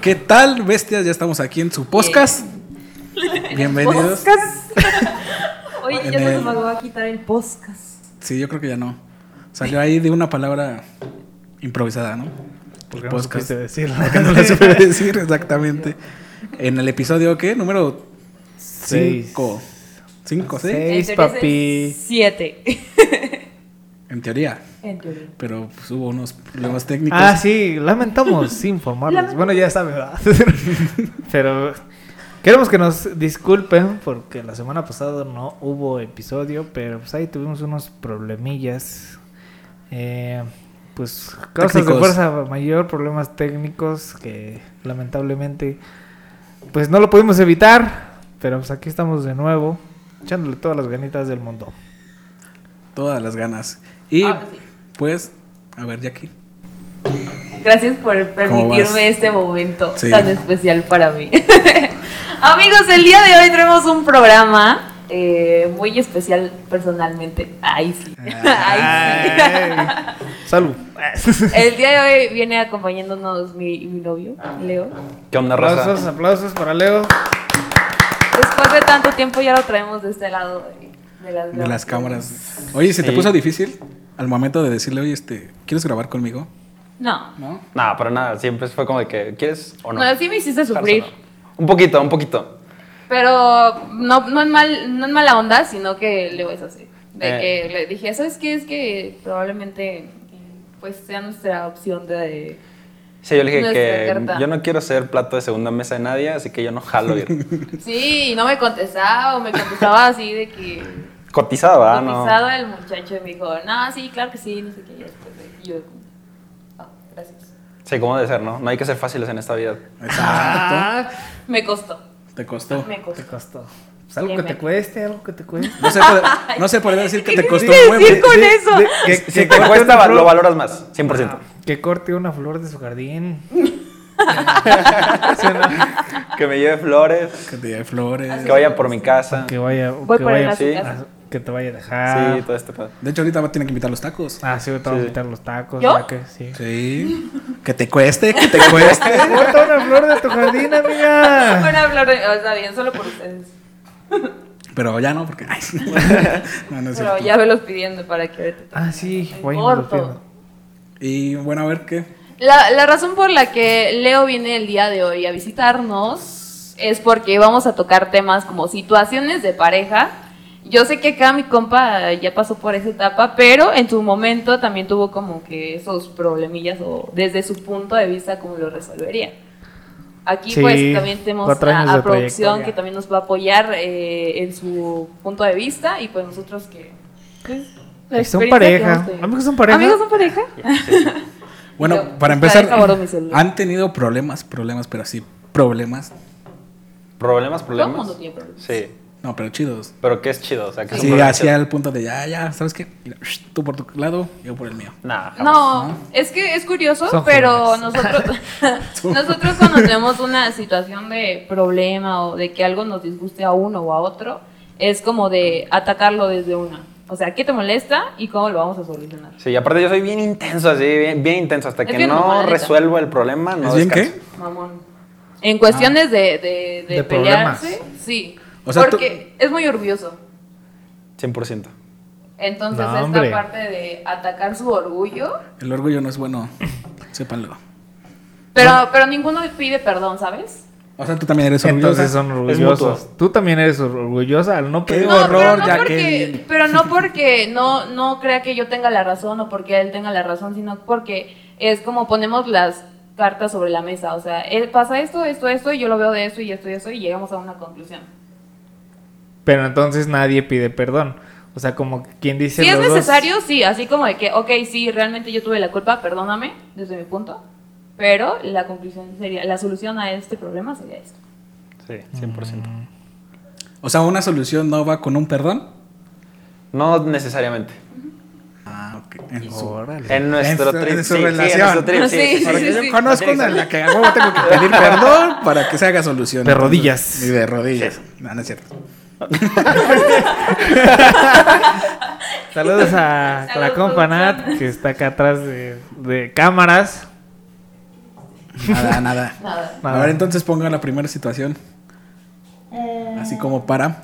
¿Qué tal, bestias? Ya estamos aquí en su podcast. Bienvenidos. Podcast. Oye, En ya el- se nos va a quitar el podcast. Sí, yo creo que ya no. Salió ahí de una palabra improvisada, ¿no? Porque no Podcast. supiste decirlo. Que no la supe decir exactamente. En el episodio, ¿qué? Número Seis. 5. 5, ¿sí? Seis. En Ey, teoría es papi. el Siete. En teoría. En teoría. Pero pues, hubo unos problemas técnicos. Ah, sí, lamentamos informarles. Bueno, ya saben, ¿verdad? Pero queremos que nos disculpen porque la semana pasada no hubo episodio, pero pues ahí tuvimos unos problemillas. Eh, pues causas Técnicos. de fuerza mayor, problemas técnicos que lamentablemente pues no lo pudimos evitar, pero pues aquí estamos de nuevo echándole todas las ganitas del mundo. Todas las ganas. Y Ah, sí. pues, a ver, Jackie. Gracias por vas? permitirme este momento Sí. tan especial para mí. Amigos, el día de hoy tenemos un programa eh, muy especial personalmente. Ay, sí. Ay, Ay. Salud. sí. El día de hoy viene acompañándonos mi, mi novio, Leo. ¿Qué onda, Aplausos, raza? aplausos para Leo. Después de tanto tiempo ya lo traemos de este lado eh, de las, De las grabaciones. cámaras. Oye, ¿se te Sí. puso difícil al momento de decirle, oye, este, ¿quieres grabar conmigo? No. ¿No? Nada, para nada. Siempre fue como de que, ¿quieres o no? No, sí me hiciste sufrir. Dejarse, ¿no? Un poquito, un poquito. Pero no, no, en mal, no en mala onda, sino que le voy a así. De Eh. que le dije, ¿sabes qué? Es que probablemente eh, pues sea nuestra opción de... Sí, yo le dije Nuestra que carta. yo no quiero ser plato de segunda mesa de nadie, así que yo no jalo ir. Sí, y no me contestaba o me contestaba así de que... Cotizada, ¿verdad? cotizado Ah, No. el muchacho y me dijo, no, sí, claro que sí, no sé qué. Y después de- y yo, "Ah, gracias. Sí, ¿cómo debe ser, no? No hay que ser fáciles en esta vida. Ah. Exacto. Me costó, Te costó. me Te costó. costó. Pues algo Sí, que me- te cueste, algo que te cueste. No se, puede, no se podría decir que te costó quisiste un decir huevo. con De- eso? de- que- que Si te corte cuesta, una va- flor- ah, lo valoras más, 100%. Que corte una flor de su jardín. Que me lleve flores, Que te lleve flores. que vaya por mi casa. Que vaya. Ah. Voy que por él vaya- ah, a su sí. casa. Que te vaya a dejar. Sí, todo este pedo. De hecho, ahorita va a tener que invitar los tacos. Ah, sí, te voy a Sí. quitar los tacos. ¿Yo? ya que sí. Sí. Que te cueste, que te cueste. Corta una flor de tu jardín, amiga. Bueno, hablar de- oh, está bien, solo por ustedes. Pero ya no, porque. ay, sí. no, no es Pero cierto. ya velos pidiendo para que ahorita Ah, sí. El Voy a corto. Y bueno, a ver qué. La, la razón por la que Leo viene el día de hoy a visitarnos es porque vamos a tocar temas como situaciones de pareja. Yo sé que acá mi compa ya pasó por esa etapa, pero en su momento también tuvo como que esos problemillas o desde su punto de vista cómo lo resolvería. Aquí Sí, pues también tenemos cuatro años a, a de producción trayectoria. que también nos va a apoyar eh, en su punto de vista y pues nosotros que... pues, la Son experiencia que pareja. hemos tenido. Amigos son pareja. Amigos son pareja. Bueno, Yo- para está empezar, de favor mi celular. han tenido problemas, problemas, pero sí, problemas. ¿Problemas, Todo el mundo problemas? tiene problemas. Sí, No, pero chidos. pero que es chido. O sea, que es un Sí, problema hacia chido. el punto de ya, ya, ¿sabes qué? Mira, sh, tú por tu lado, yo por el mío. Nah, jamás. No, es que es curioso, Son pero jóvenes. nosotros nosotros cuando tenemos una situación de problema o de que algo nos disguste a uno o a otro, es como de atacarlo desde una. O sea, ¿qué te molesta y cómo lo vamos a solucionar? Sí, y aparte yo soy bien intenso, así, bien, bien intenso. Hasta Es que bien no mamón, la neta. resuelvo el problema, no ¿Es bien descanso. qué? Mamón. En cuestiones de, de, de De pelearse, sí. O sea, tú- porque es muy orgulloso. 100%. Entonces, No, esta hombre. parte de atacar su orgullo, El orgullo no es bueno, sépanlo. pero, pero ninguno pide perdón, ¿sabes? O sea, tú también eres orgullosa. Entonces son orgullosos. mutuo. Tú también eres orgullosa al no pedir. Qué horror, pero no ya porque, qué bien. Pero no porque no, no crea que yo tenga la razón o porque él tenga la razón, sino porque es como ponemos las cartas sobre la mesa. O sea, él pasa esto, esto, esto, y yo lo veo de esto y esto y esto, y llegamos a una conclusión. Pero entonces nadie pide perdón. O sea, como quien dice. Si es los dos- necesario, sí, así como de que, ok, sí, realmente yo tuve la culpa, perdóname, desde mi punto. Pero la conclusión sería, la solución a este problema sería esto. Sí, 100%. Mm. O sea, una solución no va con un perdón. No necesariamente. Ah, ok. En su- Órale. En nuestro En su- trip. en su sí, sí, relación. nuestro trip, sí, Sí, sí, Para sí. que yo sí. conozco una en la que a huevo tengo que pedir perdón para que se haga solución. De rodillas. Y de rodillas. No, no es cierto. Saludos a Saludos, la compa Nat, que está acá atrás de, de cámaras. Nada, nada. Nada. A ver, entonces pongan la primera situación. Eh, Así como para.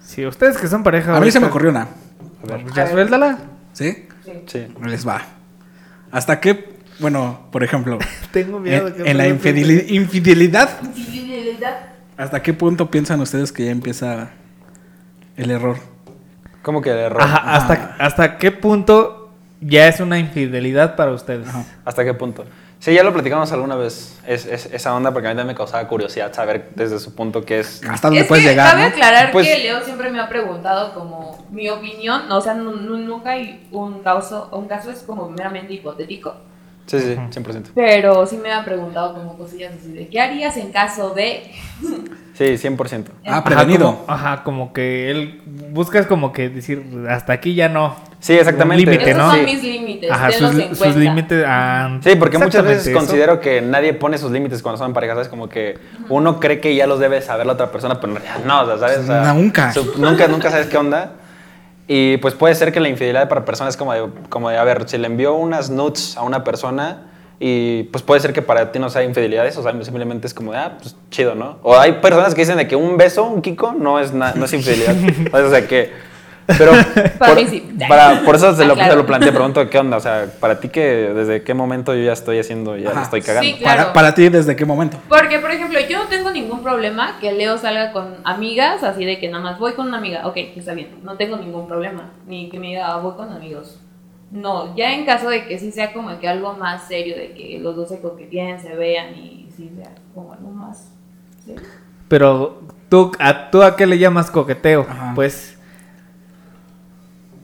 Si ustedes que son pareja. A mí se me ahorita- ocurrió una. A ver, Ya suéltala. ¿Sí? sí. Les va. ¿Hasta qué? Bueno, por ejemplo, Tengo miedo. en, que en la no te- infideli- infidelidad, Infidelidad. ¿hasta qué punto piensan ustedes que ya empieza el error? ¿Cómo que el error? Ajá, hasta, hasta qué punto ya es una infidelidad para ustedes. Ajá. ¿Hasta qué punto? Sí, ya lo platicamos alguna vez, es, es- esa onda, porque a mí también me causaba curiosidad saber desde su punto qué es. ¿Hasta dónde Es puedes que llegar? cabe no? aclarar Pues- que Leo siempre me ha preguntado como mi opinión, no, o sea, nu- nu- nunca hay un caso, un caso es como meramente hipotético, Sí, sí, 100%. pero sí me ha preguntado como cosillas así de, ¿qué harías en caso de...? Sí, 100%. Eh, Ah, Ajá, prevenido. como- Ajá, como que él buscas como que decir hasta aquí ya no. Sí, exactamente. Un límite, Esos ¿no? son Sí. mis límites, Ajá, tenlos en sus, sus cuenta. límites. ah, Sí, porque muchas exactamente veces eso. considero que nadie pone sus límites cuando son parejas, ¿sabes? Como que uno cree que ya los debe saber la otra persona, pero en realidad no, o sea, ¿sabes? O sea, Nunca. su- nunca, nunca sabes qué onda. Y pues puede ser que la infidelidad para personas es como de, como de, a ver, si le envió unas nudes a una persona y pues puede ser que para ti no sea infidelidad eso, o sea, simplemente es como de, ah, pues chido, ¿no? O hay personas que dicen de que un beso, un kiko, no es, na- no es infidelidad. o sea, que... Pero Para por, mí sí. Ah, para- por eso se lo, Aclaro. se lo planteé, pregunto qué onda, o sea, para ti que desde qué momento yo ya estoy haciendo, ya Ajá. la estoy cagando. Sí, claro. para, para ti, ¿desde qué momento? Porque, por ejemplo, yo no tengo ningún problema que Leo salga con amigas, así de que nada más voy con una amiga. Ok, está bien, no tengo ningún problema. Ni que me diga, "Ah, voy con amigos. No, ya en caso de que sí sea como que algo más serio, de que los dos se coqueteen, se vean y sí sea como algo más. serio. Pero tú a, tú a qué le llamas coqueteo? Ajá. Pues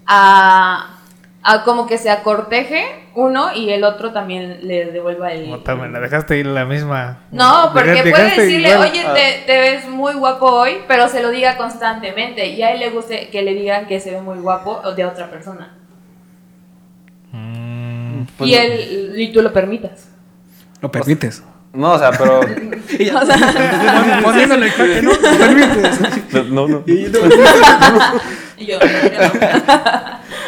A, a como que se acorteje uno y el otro también le devuelva el. puta, me la dejaste ir la misma. No, porque Dejaste puede decirle, igual. oye, te, te ves muy guapo hoy, pero se lo diga constantemente y a él le guste que le digan que se ve muy guapo de otra persona. Mm, Pues y no. él, y tú lo permitas. ¿Lo permites? No, o sea, pero... O sea, Pon- Poniéndole el jaque, ¿no? ¿Lo permites? No, no. Y tú- y yo, "No".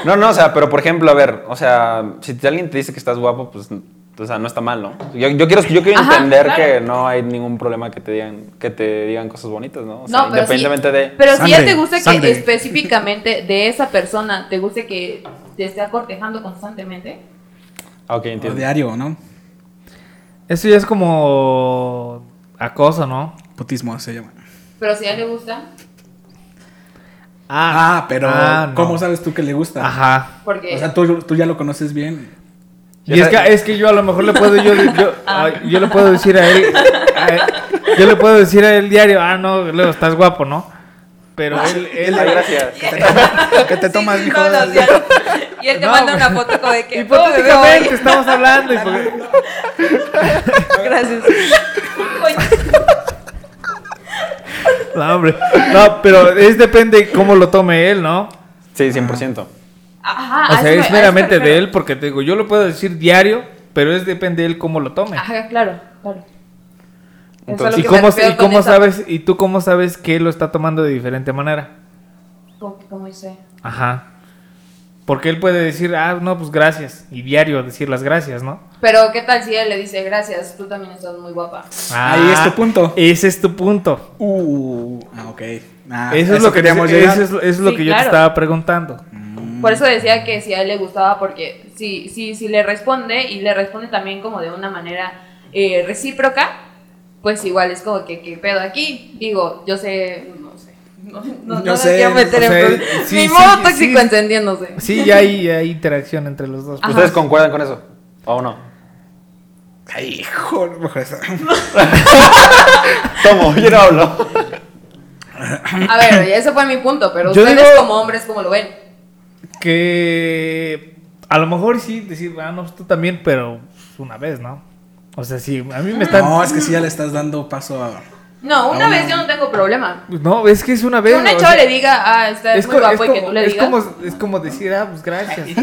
No, no, o sea, pero por ejemplo, a ver, o sea, si te- alguien te dice que estás guapo, pues, o sea, no está mal, ¿no? Yo, yo quiero, yo quiero Ajá, entender claro. que no hay ningún problema que te digan, que te digan cosas bonitas, ¿no? O sea, no, pero sí- independientemente de... Pero si ya Sangre, te gusta sangre. que específicamente de esa persona te guste que te esté acortejando constantemente. Ah, ok, O entiendo. diario, ¿no? Eso ya es como acoso, ¿no? Putismo se llama. Pero si a él le gusta, Ah, pero ah, no. ¿cómo sabes tú que le gusta? Ajá. porque O sea, tú, tú ya lo conoces bien. Y es que, es que yo a lo mejor le puedo yo, yo, Ah. ay, yo le puedo decir a él, a él- yo le puedo decir a él diario, ah no, Leo, estás guapo, ¿no? Pero él, él- Ay, gracias. Que te Sí, tomas, sí, mijo. todos los días. Y él te No, manda pero- una foto como de que. "Oh, me veo hipotéticamente hoy". estamos hablando. hipo- Gracias. No, hombre. No, pero es depende cómo lo tome él, ¿no? Sí, 100%. Ajá, O a sea, Ah, eso me- a es eso meramente me refiero. de él, porque te digo, yo lo puedo decir diario, pero es depende de él cómo lo tome. Ajá, claro, claro. Eso es Entonces- lo pues. ¿Y que cómo, me refiero y con cómo eso. sabes, y tú cómo sabes que él lo está tomando de diferente manera? ¿Cómo, cómo dice? Ajá. Porque él puede decir, ah, no, pues gracias. Y diario decir las gracias, ¿no? Pero, ¿qué tal si él le dice gracias? Tú también estás muy guapa. Ah, Ahí es tu punto. Ah, Ese es tu punto. Uh, ah, ok. Ah, eso, es lo que, queríamos llegar. eso es, eso es lo Sí, que yo te claro. estaba preguntando. Mm. Por eso decía que si a él le gustaba, porque si, si, si le responde y le responde también como de una manera eh, recíproca, pues igual es como que, ¿qué pedo aquí? Digo, yo sé, no sé. No, no, Yo no me sé, quiero meter o en sea, problemas. sí, Ni sí, modo sí. tóxico entendiéndose. Sí, ya hay, hay interacción entre los dos. Ajá. ¿Ustedes concuerdan con eso? ¿O no? Ay, hijo, no, mejor eso. Tomo, yo no hablo. A ver, ese fue mi punto, pero Yo ustedes digo- como hombres, ¿cómo lo ven? Que a lo mejor sí decir, ah, no, pues tú también, pero pues una vez, ¿no? O sea, si a mí me están. No, es que si ya le estás dando paso a. No, una Aún vez no. yo no tengo problema. No, es que es una Que vez. una o chava sea, le diga, ah, está es, muy co- es guapo y que tú como, le es, digas. como, es como decir, ah, pues gracias.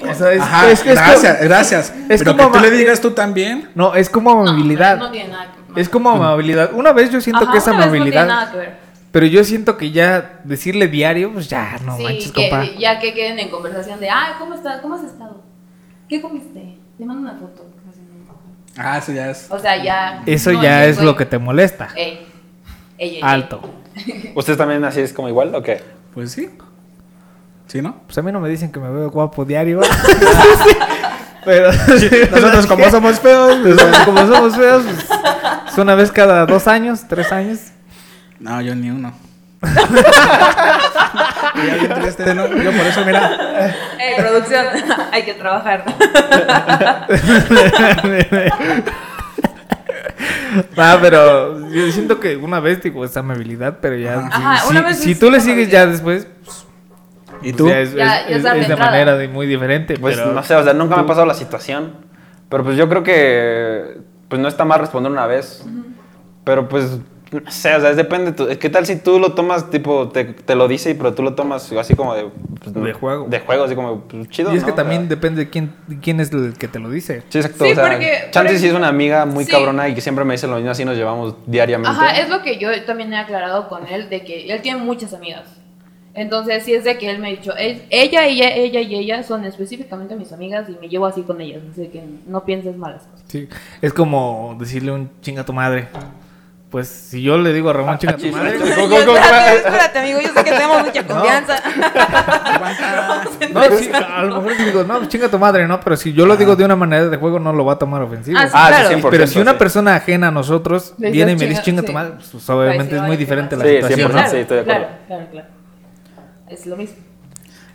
O sea, es, Ajá, es que es como- gracias, gracias. es Pero que como tú ma- le digas tú también. no, es como No, amabilidad. No, tiene nada que ver. es como amabilidad. Una vez yo siento Ajá, que es una vez amabilidad. No tiene nada que ver. pero yo siento que ya decirle diario, pues ya, no sí, manches, que, compa. ya que queden en conversación de, ah, ¿cómo estás? ¿Cómo has estado? ¿Qué comiste? Te mando una foto. Ah, eso ya es. O sea, ya. Eso no, ya yo es soy- lo que te molesta. Ey, ey, ey, Alto. ¿Ustedes también así es como igual o qué? Pues sí. ¿Sí, no? Pues a mí no me dicen que me veo guapo diario. Pero Nosotros como somos feos. pues, Pues, como somos feos, pues, es una vez cada dos años, tres años. No, yo ni uno. Y ya bien triste, ¿no? Yo por eso, mira. ey. Ey, producción, hay que trabajar. Ah, pero yo siento que una vez digo esa mi habilidad, pero ya Ajá. Ajá, si, una vez si es tú le una sigues habilidad. ya después, ¿Y pues, tú? ya es, Ya- es- ya es- sabes de es de entrada. manera de muy diferente. Pues pero- no sé, o sea, nunca me ha pasado la situación. Pero pues yo creo que pues no está mal responder una vez. Pero pues, no sé, o sea, es depende. de tu- ¿Qué tal si tú lo tomas, tipo, te, te lo dice, y pero tú lo tomas así como de... pues, De juego. De juego, así como, pues, chido, Y es ¿no? que O también sea, depende de quién, quién es el que te lo dice. Sí, exacto. Sí, o sea, porque, por Chance sí es ejemplo- una amiga muy Sí. cabrona y que siempre me dice lo mismo, así nos llevamos diariamente. Ajá, es lo que yo también he aclarado con él, de que él tiene muchas amigas. Entonces, sí es de que él me ha dicho, "Es- ella, ella, ella y ella son específicamente mis amigas y me llevo así con ellas, así que no pienses malas cosas. Sí, es como decirle un chinga tu madre. Pues si yo le digo a Ramón chinga tu sí, madre. sí, sí. ¿Cómo, cómo, cómo? espérate, espérate, amigo, yo sé que tenemos mucha confianza. Aguanta. No, sí, a lo mejor le digo, no, pues, chinga tu madre, ¿no? Pero si yo lo digo de una manera de juego, no lo va a tomar ofensivo. Ah, sí, Ah, claro. sí, 100%. Pero si una sí. persona ajena a nosotros Le dices, viene y me dice "Chinga", chinga tu sí. madre, pues obviamente es muy diferente la Sí, situación, ¿no? Claro, 100%. Sí, estoy de acuerdo. Claro, claro, claro. Es lo mismo.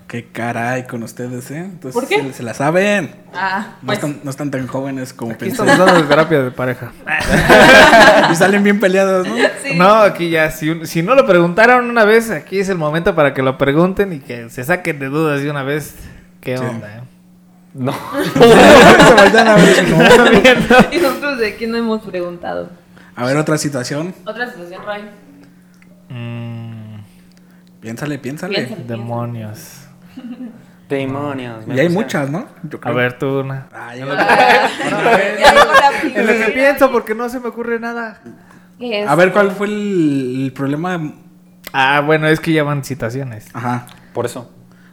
Qué caray con ustedes, ¿eh? Entonces, ¿Por qué? Se, se la saben. Ah, No, pues, están, no están tan jóvenes como Aquí pensé. estamos dando terapia de pareja. y salen bien peleados, ¿no? sí. No, aquí ya, si, un- si no lo preguntaron una vez, aquí es el momento para que lo pregunten y que se saquen de dudas de una vez. ¿Qué Sí. onda, eh? No. Se voltean a ver. como- Y nosotros de qué no hemos preguntado. A ver, otra situación. Otra situación, Ray. Mm, Piénsale, piénsale. Piénsale. demonios. Demonios. me Y hay pusieron. muchas, ¿no? Yo A creo. ver, tú una. Ah, Ay, Ya dijo la En lo que primera. pienso porque no se me ocurre nada. ¿Qué es? a ver, ¿cuál fue el, el problema? Ah, bueno, es que ya van citaciones. Ajá. Por eso.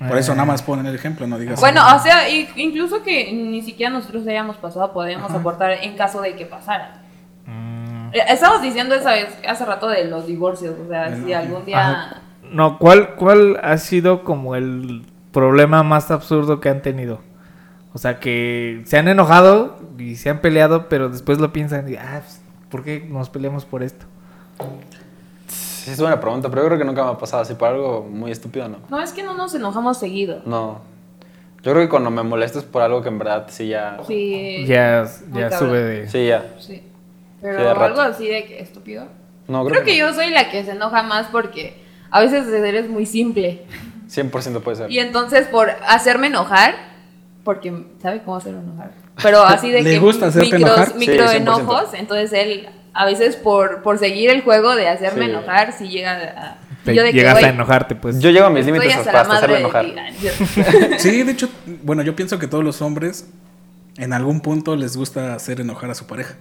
Por eso nada más ponen el ejemplo, no digas. Bueno, o sea, i- incluso que ni siquiera nosotros hayamos pasado, podríamos aportar en caso de que pasara. Mm, Eh, Estamos diciendo esa vez, hace rato de los divorcios, o sea, Bueno, si algún ajá. día... No, ¿cuál, ¿cuál ha sido como el problema más absurdo que han tenido? O sea, que se han enojado y se han peleado, pero después lo piensan y, ah, pues, ¿por qué nos peleamos por esto? Sí, es buena pregunta, pero yo creo que nunca me ha pasado así por algo muy estúpido, ¿no? No, es que no nos enojamos seguido. No. Yo creo que cuando me molestas por algo que en verdad sí ya. Sí, ya muy ya cabrón. sube de... Sí, ya. sí. Sí, de Pero rato. algo así de que estúpido. No, Creo que yo soy la que se enoja más porque a veces eres muy simple. no. 100% puede ser. Y entonces por hacerme enojar, porque sabe cómo hacerlo enojar, pero así de ¿Le que gusta hacerte micros- enojar? micro Sí, 100%. enojos, entonces él a veces por, por seguir el juego de hacerme Sí. enojar, si llega a... Te y yo de que, llegas güey, a enojarte, pues. Yo llego a mis estoy límites hasta hasta la hasta hacerme madre enojar. de ti. Sí, de hecho, bueno, yo pienso que todos los hombres en algún punto les gusta hacer enojar a su pareja.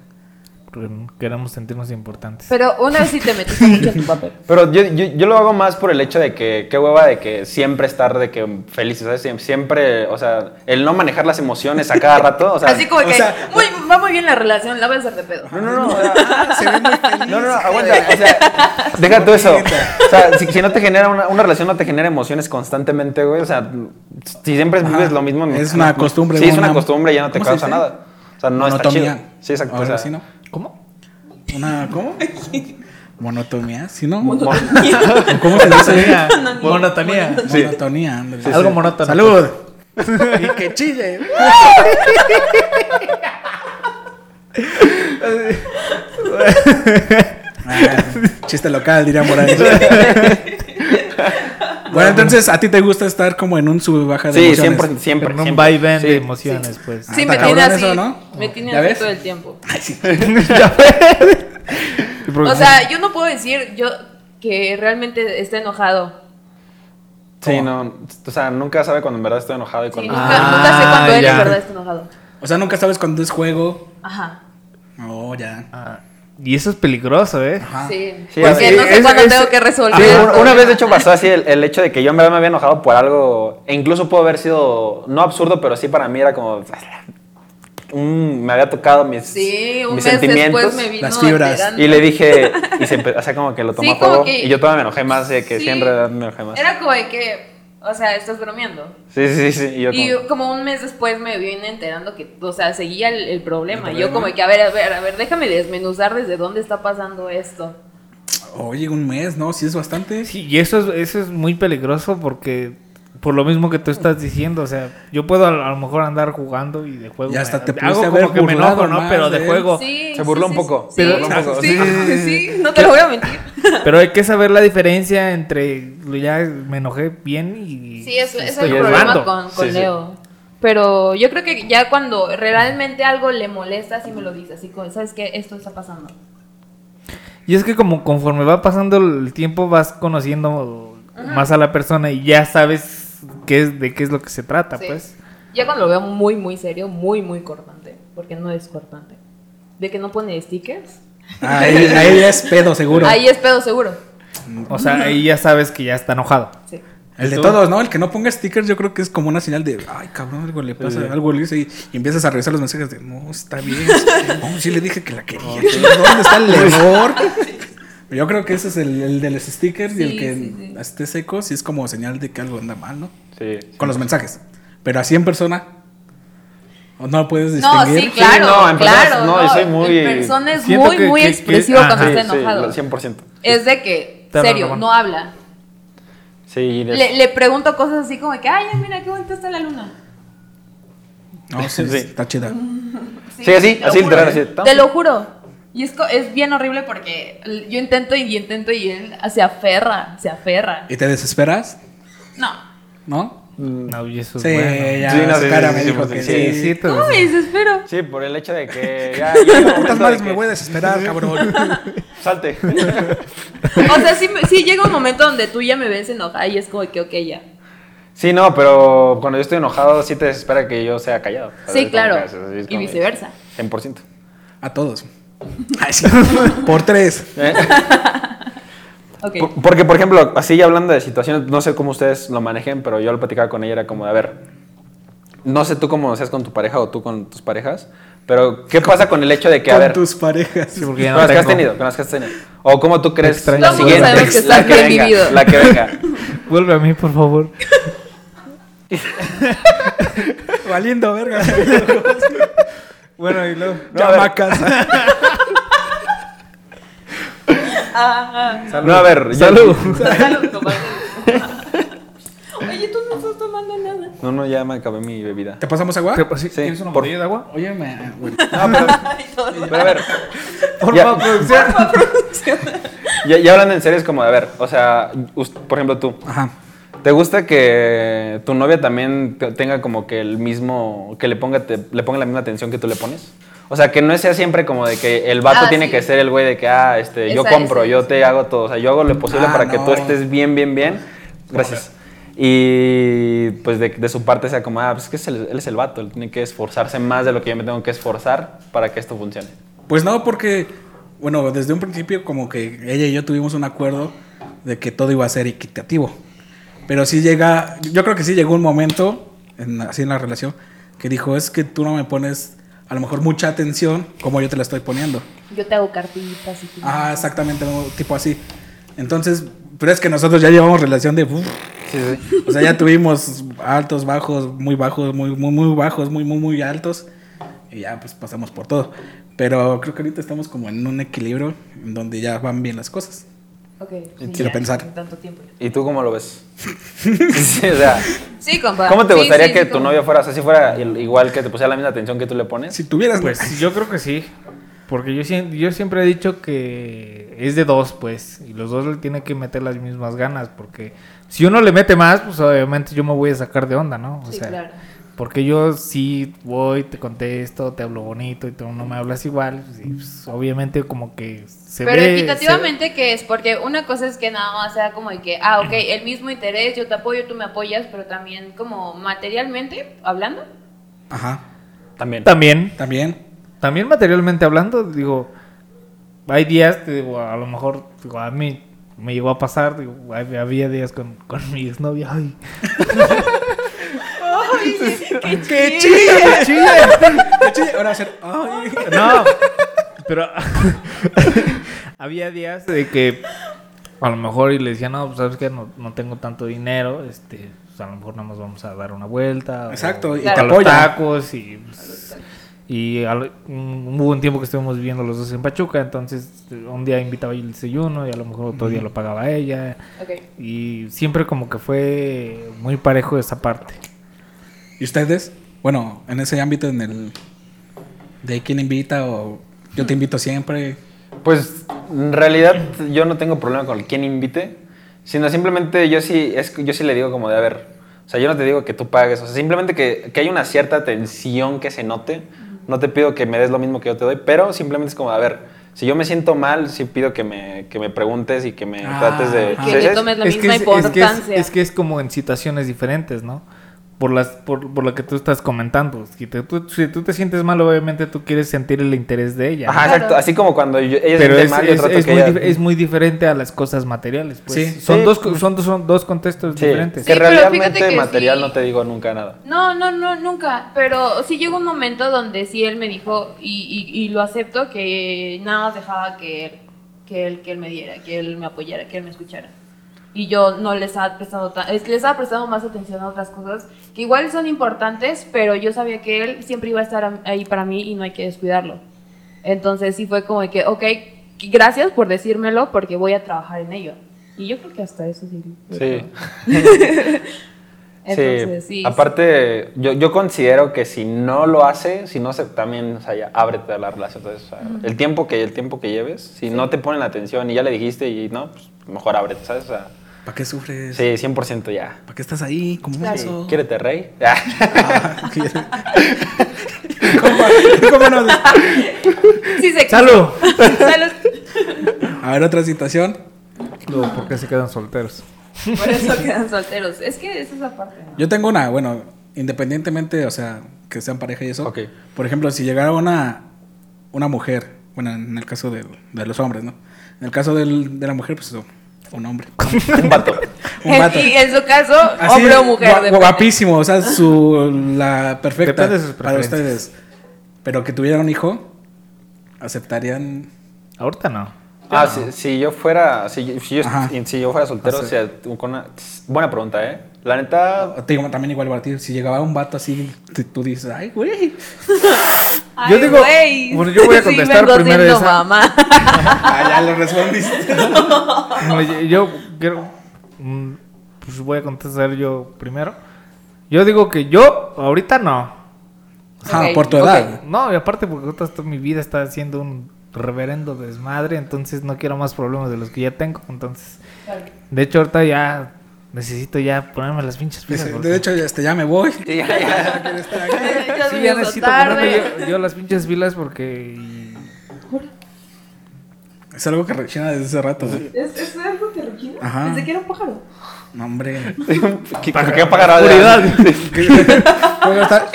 Queremos sentirnos importantes. Pero una vez sí te metiste mucho en tu papel. Pero yo, yo, yo lo hago más por el hecho de que, qué hueva de que siempre estar de que felices, ¿sabes? Siem- Siempre, o sea, el no manejar las emociones a cada rato, o sea. Así como o que sea- muy, va muy bien la relación, la voy a hacer de pedo. No, no, no. o sea, Ah, se ve muy feliz. No, no, no, aguanta. O sea, deja tú eso. O sea, si, si no te genera una, una relación, no te genera emociones constantemente, güey. O sea, si siempre vives lo mismo. Es una costumbre, Sí, es una una- costumbre, ya no te ¿cómo se causa dice? nada. O sea, no está Monotonía. chido. Sí, exacto. Ahora o sea, sí, ¿no? ¿Cómo? Una, ¿cómo? Monotonía, ¿sí no? mo- ¿Cómo se dice? Monotonía. Monotonía. Sí. Monotonía, ándale. Algo monótono. pues, Salud. y que chille. Ah, chiste local, diría Morales. bueno, entonces, ¿a ti te gusta estar como en un sube baja de sí, emociones? siempre, siempre. En un siempre. vaivén de Sí. emociones, pues. Ah, está Sí, me tiene cabrón así, eso, ¿no? me tiene ¿Ya así ves? todo el tiempo. Porque- O sea, yo no puedo decir yo que realmente esté enojado. Sí, no. O sea, nunca sabe cuando en verdad estoy enojado y Sí, cuando. nunca, Ah, nunca sé cuando él ya. en verdad está enojado. O sea, nunca sabes cuándo es juego. Ajá. Oh, ya. Ah, y eso es peligroso, ¿eh? Ajá. Sí. Sí, porque así- no sé es- cuándo es- tengo que Sí, resolver. el Ah, una, una problema. vez de hecho pasó así el, el hecho de que yo en verdad me había enojado por algo, e incluso pudo haber sido, no absurdo, pero sí para mí era como, un- me había tocado mis, Sí, un mis mes sentimientos. después me vino las fibras. alterando. Y le dije, y se empe- o sea, como que lo Sí, tomó a como juego. que- Y yo todavía me enojé más de que Sí. siempre me enojé más. Era como de que, o sea, estás bromeando. Sí, sí, sí. Y yo Y como- yo como un mes después me vine enterando que, o sea, seguía el, el problema. El Yo problema. como de que, a ver, a ver, a ver, déjame desmenuzar desde dónde está pasando esto. Oye, un mes, ¿no? Sí es bastante. Sí, y eso es, eso es muy peligroso porque por lo mismo que tú estás diciendo, o sea, yo puedo a, a lo mejor andar jugando y de juego Ya me- hasta te pudiste hago haber como que me burlado enojo, ¿no? más ¿eh? Pero de de, él. juego. Sí, Oh, Se burló sí, un sí, poco, Sí, se burló un poco, sí, sí, sí, sí, sí, no te lo voy a mentir. Pero hay que saber la diferencia entre lo ya me enojé bien y Sí, es, es estoy el problema jugando. con, con Sí, sí. Leo. Pero yo creo que ya cuando realmente algo le molesta, sí me lo dice. Así como, ¿sabes qué? Esto está pasando. Y es que como conforme va pasando el tiempo vas conociendo más a la persona y ya sabes qué es de qué es lo que se trata, Sí. pues. Ya cuando lo veo muy, muy serio, muy, muy cortante. Porque no es cortante. De que no pone stickers. Ahí, ahí ya es pedo, seguro. Ahí es pedo seguro. O sea, ahí ya sabes que ya está enojado. Sí. El de ¿Tú? todos, ¿no? El que no ponga stickers, yo creo que es como una señal de, ay, cabrón, algo le pasa, Sí. algo le hice. Y, y empiezas a revisar los mensajes de, no, está bien. No, sí le dije que la quería. ¿Dónde está el error? Yo creo que ese es el, el de los stickers y Sí, el que sí, sí. esté seco, sí es como señal de que algo anda mal, ¿no? Sí. Con los mensajes. Pero así en persona, ¿o no puedes No, distinguir. sí, claro. no, en claro. personas- no, yo soy muy- En persona es Siento muy, que- muy que- que- expresivo cuando ajá. está Sí, enojado. Sí, lo- 100%. es de que, Te serio, roban. no habla. Sí, y de- Le, le pregunto cosas así como de que, ay, mira qué bonita está la luna. No, sí, Sí. está chida. sí, así, te lo así juro. ¿eh? literal, así. tam- Te lo juro. Y es, co- es bien horrible porque l- yo intento y intento y él se aferra, se aferra. ¿Y te desesperas? No. ¿No? Mm, No, y eso es Sí, bueno. ya, Pues Sí, no, su sí, cara sí, me sí, dijo sí, que sí. sí. Sí, todo ¿Cómo eso. me desespero? Sí, por el hecho de que ya. ya llega un Putas momento madres, de me que- voy a desesperar, cabrón. Salte. O sea, sí, me- sí llega un momento donde tú ya me ves enojada y es como que, ok, ya. Sí, no, pero cuando yo estoy enojado, sí te desespera que yo sea callado. Sí, Es como claro. que es- es Y como que viceversa. 100%. A todos. Ay, sí. Por tres. Eh, Ok. por- Porque, por ejemplo, así ya hablando de situaciones, no sé cómo ustedes lo manejen, pero yo lo platicaba con ella, era como de, a ver, no sé tú cómo seas con tu pareja o tú con tus parejas, pero ¿qué pasa con el hecho de que, a con ver, tus parejas. Sí, porque ya con no las que has tengo. tenido, con las que has tenido? ¿O cómo tú crees Extraño. la Todos siguiente, sabemos que la estás que venga, deprimido. la que venga? Vuelve a mí, por favor. Valiendo, verga. Bueno, y luego. No, a ver. Chamacas. Ah, No, a ver, yo- Salud. ah. Salud, compadre. Oye, tú no estás tomando nada. No, no, ya me acabé mi bebida. ¿Te pasamos agua? ¿Qué pasó? Sí, ¿Tienes una por- botella de agua? Oye, me- bueno. Ah, No, pero, Ay, todo. pero a ver, Por Ya. favor, producción. ya, ya hablando en serio es como, de, a ver, o sea, us- por ejemplo tú, Ajá. ¿Te gusta que tu novia también te- tenga como que el mismo, que le ponga, te- le ponga la misma atención que tú le pones? O sea, que no sea siempre como de que el vato Ah, tiene sí. que ser el güey de que, ah, este, yo Esa, compro, esa, yo esa. te hago todo, o sea, yo hago lo posible Ah, para que tú no. estés bien, bien, bien. Gracias. Y pues de, de su parte sea como, ah, pues es que es el- él es el vato, él tiene que esforzarse más de lo que yo me tengo que esforzar para que esto funcione. Pues no, porque, bueno, desde un principio como que ella y yo tuvimos un acuerdo de que todo iba a ser equitativo. Pero sí llega, yo creo que sí llegó un momento, en- así en la relación, que dijo, es que tú no me pones a lo mejor mucha atención como yo te la estoy poniendo. Yo te hago cartitas y tú- Ah, exactamente, un tipo así. Entonces, pero es que nosotros ya llevamos relación de... uf, Sí, sí. O sea, ya tuvimos altos, bajos, muy bajos, muy, muy, muy bajos, muy, muy, muy altos. Y ya pues pasamos por todo. Pero creo que ahorita estamos como en un equilibrio en donde ya van bien las cosas. Ok. sí, Quiero ya, pensar. en Tanto tiempo. ¿Y tú cómo lo ves? Sí, o sea, Sí, compa. ¿Cómo te Sí, gustaría sí, que sí, tu compa. novia fuera, o sea, si fuera el- igual que te pusiera la misma atención que tú le pones? Si tuvieras... Pues yo creo que sí. Porque yo, sien- yo siempre he dicho que es de dos, pues. Y los dos le tienen que meter las mismas ganas. Porque si uno le mete más, pues obviamente yo me voy a sacar de onda, ¿no? O Sí, sea, claro. porque yo sí voy, te contesto, te hablo bonito y tú no me hablas igual. pues, y, pues, obviamente como que se Pero ve... se- equitativamente, que es? Porque una cosa es que nada más sea como de que, ah, ok, el mismo interés, yo te apoyo, tú me apoyas, pero también como materialmente hablando. Ajá, También. También, también. también materialmente hablando, digo, hay días, te digo, a lo mejor digo, a mí me llegó a pasar, digo, hab- había días con, con mi exnovia, ay, Ay, ¡Qué, ¡Qué chile! chile! ¡Qué chile! ¡Qué chile! Ahora hacer. ¡Ay! No, pero había días de que a lo mejor y le decía, no, pues sabes que no, no tengo tanto dinero, este, pues, a lo mejor nada más vamos a dar una vuelta. o- Exacto, y o te a los apoyan. tacos y... pues, y a lo- mm, hubo un tiempo que estuvimos viviendo los dos en Pachuca, entonces eh, un día invitaba yo el desayuno y a lo mejor otro día lo pagaba ella. Ok. Y siempre como que fue muy parejo esa parte. ¿Y ustedes? Bueno, en ese ámbito, en el. de quién invita o yo te invito siempre. Pues en realidad yo no tengo problema con quien invite, sino simplemente yo sí, es, yo sí le digo como de, a ver, o sea, yo no te digo que tú pagues, o sea, simplemente que, que hay una cierta tensión que se note, no te pido que me des lo mismo que yo te doy, pero simplemente es como de, a ver, si yo me siento mal, sí pido que me, que me preguntes y que me Ah, trates de... ajá. ¿sí Que me es? tomes la es que misma es, es que es- importancia. es que es como en situaciones diferentes, ¿no? Por, las, por, por lo que tú estás comentando. Si, te- tú, si tú te sientes mal, obviamente tú quieres sentir el interés de ella. ¿no? Ajá, Claro. exacto, así como cuando yo, ella se Pero siente es, mal, yo es- trato es que muy, ella- dif- es muy diferente a las cosas materiales. Pues. Sí. Son, Sí. dos, co- son, dos- son dos contextos Sí, diferentes. que Sí, pero fíjate realmente que material sí. no te digo nunca nada. No, no, no, nunca. Pero sí llegó un momento donde sí él me dijo, y, y- y lo acepto, que nada más dejaba que él, que él, que él me diera, que él me apoyara, que él me escuchara. Y yo no les estaba prestando ta- es que les estaba prestando más atención a otras cosas que igual son importantes, pero yo sabía que él siempre iba a estar am- ahí para mí y no hay que descuidarlo. Entonces sí fue como de que, ok, gracias por decírmelo porque voy a trabajar en ello. Y yo creo que hasta eso sí. Sí. Entonces, sí, sí. Aparte, Yo, yo considero que si no lo hace, si no se también, o sea, ya ábrete a la relación. Entonces, o sea, el tiempo que el tiempo que lleves, si no te ponen atención y ya le dijiste y no, pues mejor ábrete, ¿sabes? O sea, ¿Para qué sufres? sí, 100% ya. ¿Para qué estás ahí? ¿Cómo eso? Quiérete, rey. Ah, ¿quiere- ¿Cómo- cómo no? Sí, se ¡Salud! Salud. A ver, otra situación. Luego, ¿Por qué se quedan solteros? Por eso quedan solteros. Es que esa es la parte. ¿no? Yo tengo una, bueno, independientemente, o sea, que sean pareja y eso. Ok. Por ejemplo, si llegara una, una mujer, bueno, en el caso de, de los hombres, ¿no? En el caso del- de la mujer, pues un hombre. Un vato. Un vato. Y en su caso, Así, hombre o mujer. gua- depende. guapísimo, o sea, su, la perfecta Depende de sus para preferencias. ustedes. Pero que tuviera un hijo, aceptarían. Ahorita no. Ah, si, si yo fuera, si, yo- si yo, Ajá. si yo fuera soltero, O o sea, con una- buena pregunta, ¿eh? La neta, te digo, también igual para ti, si llegaba un vato así, t- tú dices, ay, güey. Ay, Yo digo- güey. bueno, yo voy a Sí, contestar vengo primero siendo esa. mamá. Ah, ya lo respondiste. No, yo, yo quiero. mm, Pues voy a contestar yo primero. Yo digo que yo, ahorita no. Ajá, Ok, por tu ok. edad. No, y aparte porque ahorita toda mi vida está haciendo un reverendo desmadre, entonces no quiero más problemas de los que ya tengo, entonces... De hecho, ahorita ya necesito ya ponerme las pinches pilas. Dice, porque- De hecho, este, ya me voy. ya, ya. Ya quiero estar aquí. Ya Sí, se ya hizo necesito tarde. ponerme yo, yo las pinches pilas porque... Es algo que reacciona desde hace rato. güey. ¿Es, es algo que rechina? Ajá. Pensé que era un pájaro. No, hombre. ¿Qué, qué pagará? Seguridad. Luego está-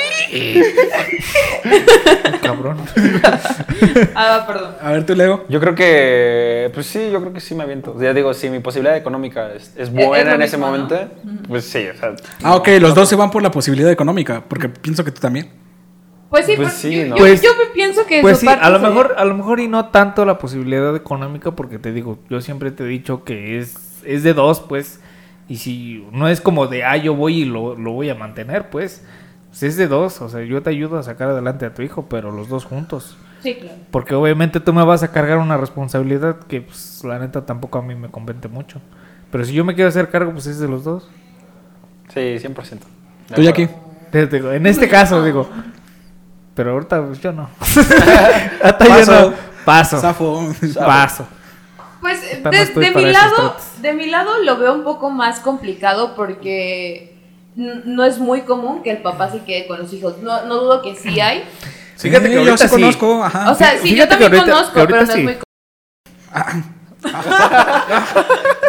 Cabrón. Ah, perdón. A ver, tú, Leo. Yo creo que, pues sí, yo creo que sí me aviento. Ya digo, si mi posibilidad económica es, es buena Eh, es lo en ese mismo, momento, pues sí, o sea. Ah, ok, los dos se van por la posibilidad económica, porque pienso que tú también. Pues sí, Pues porque sí, yo, ¿no? yo- Pues- yo pienso que Pues su sí, parte a lo sería- mejor, a lo mejor y no tanto la posibilidad económica, porque te digo, yo siempre te he dicho que es, es de dos, pues, y si no es como de, ah, yo voy y lo, lo voy a mantener, pues, pues es de dos, o sea, yo te ayudo a sacar adelante a tu hijo, pero los dos juntos, Sí, claro. porque obviamente tú me vas a cargar una responsabilidad que, pues, la neta tampoco a mí me compete mucho, pero si yo me quiero hacer cargo, pues es de los dos. Sí, 100%. Tú, Jackie. Te digo, en este caso, digo, pero ahorita pues, yo no. Hasta yo Paso. no. Paso. Zafo. Paso. Pues eh, no de, estoy de para mi esos lado, trotes. de mi lado lo veo un poco más complicado porque n- no es muy común que el papá se quede con los hijos. No, no dudo que sí hay. Fíjate que yo ahorita sí sí. conozco. Ajá. O sea, sí, yo Ah, fíjate que también ahorita- conozco, que ahorita pero no sí. es muy común.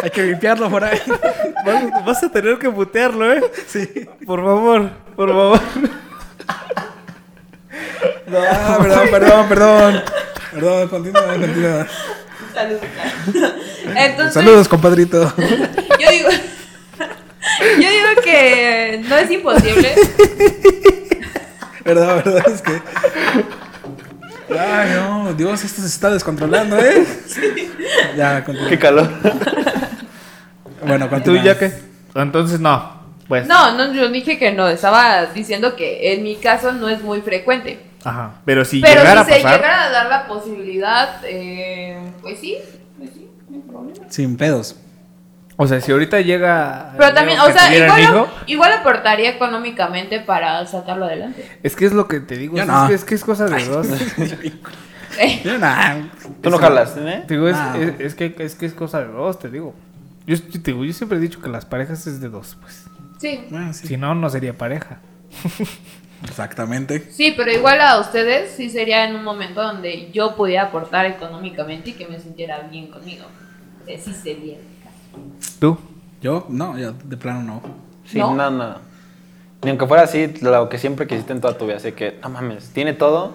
Hay que limpiarlo por ahí. Vas, vas a tener que putearlo, ¿eh? Sí. Por favor, por favor. No, Ah, perdón, perdón, perdón. Perdón, continúa, continúa. Saludos. Entonces, Saludos, compadrito. yo digo. Yo digo que no es imposible. ¿Verdad, verdad? Es que. Ay, no, Dios, esto se está descontrolando, ¿eh? Ya, continúa. Qué calor. Bueno, ¿Tú continúa. ya qué? Entonces no. Pues. No, no, yo dije que no, estaba diciendo que en mi caso no es muy frecuente. Ajá. Pero si Pero llegara si a se pasar. llegara a dar la posibilidad, eh, pues sí, pues sí, no hay problema. Sin pedos. O sea, si ahorita llega. Pero también, Leo o que sea, tuviera igual, hijo, igual aportaría económicamente para sacarlo adelante. Es que es lo que te digo. Yo Es, no. que, es que es cosa de dos. Yo nada. Tú no jalas, ¿eh? Te digo, es, No. es- es que, es que es cosa de dos, te digo. Yo, yo te digo, yo siempre he dicho que las parejas es de dos, pues. Sí. Bueno, sí. Si no, no sería pareja. Exactamente. Sí, pero igual a ustedes sí sería en un momento donde yo pudiera aportar económicamente y que me sintiera bien conmigo. O sea, sí sería. ¿Tú? Yo, no, yo de plano no. Sí, No. no. nada. Ni aunque fuera así, lo que siempre quisiste en toda tu vida. Así que, no mames, tiene todo,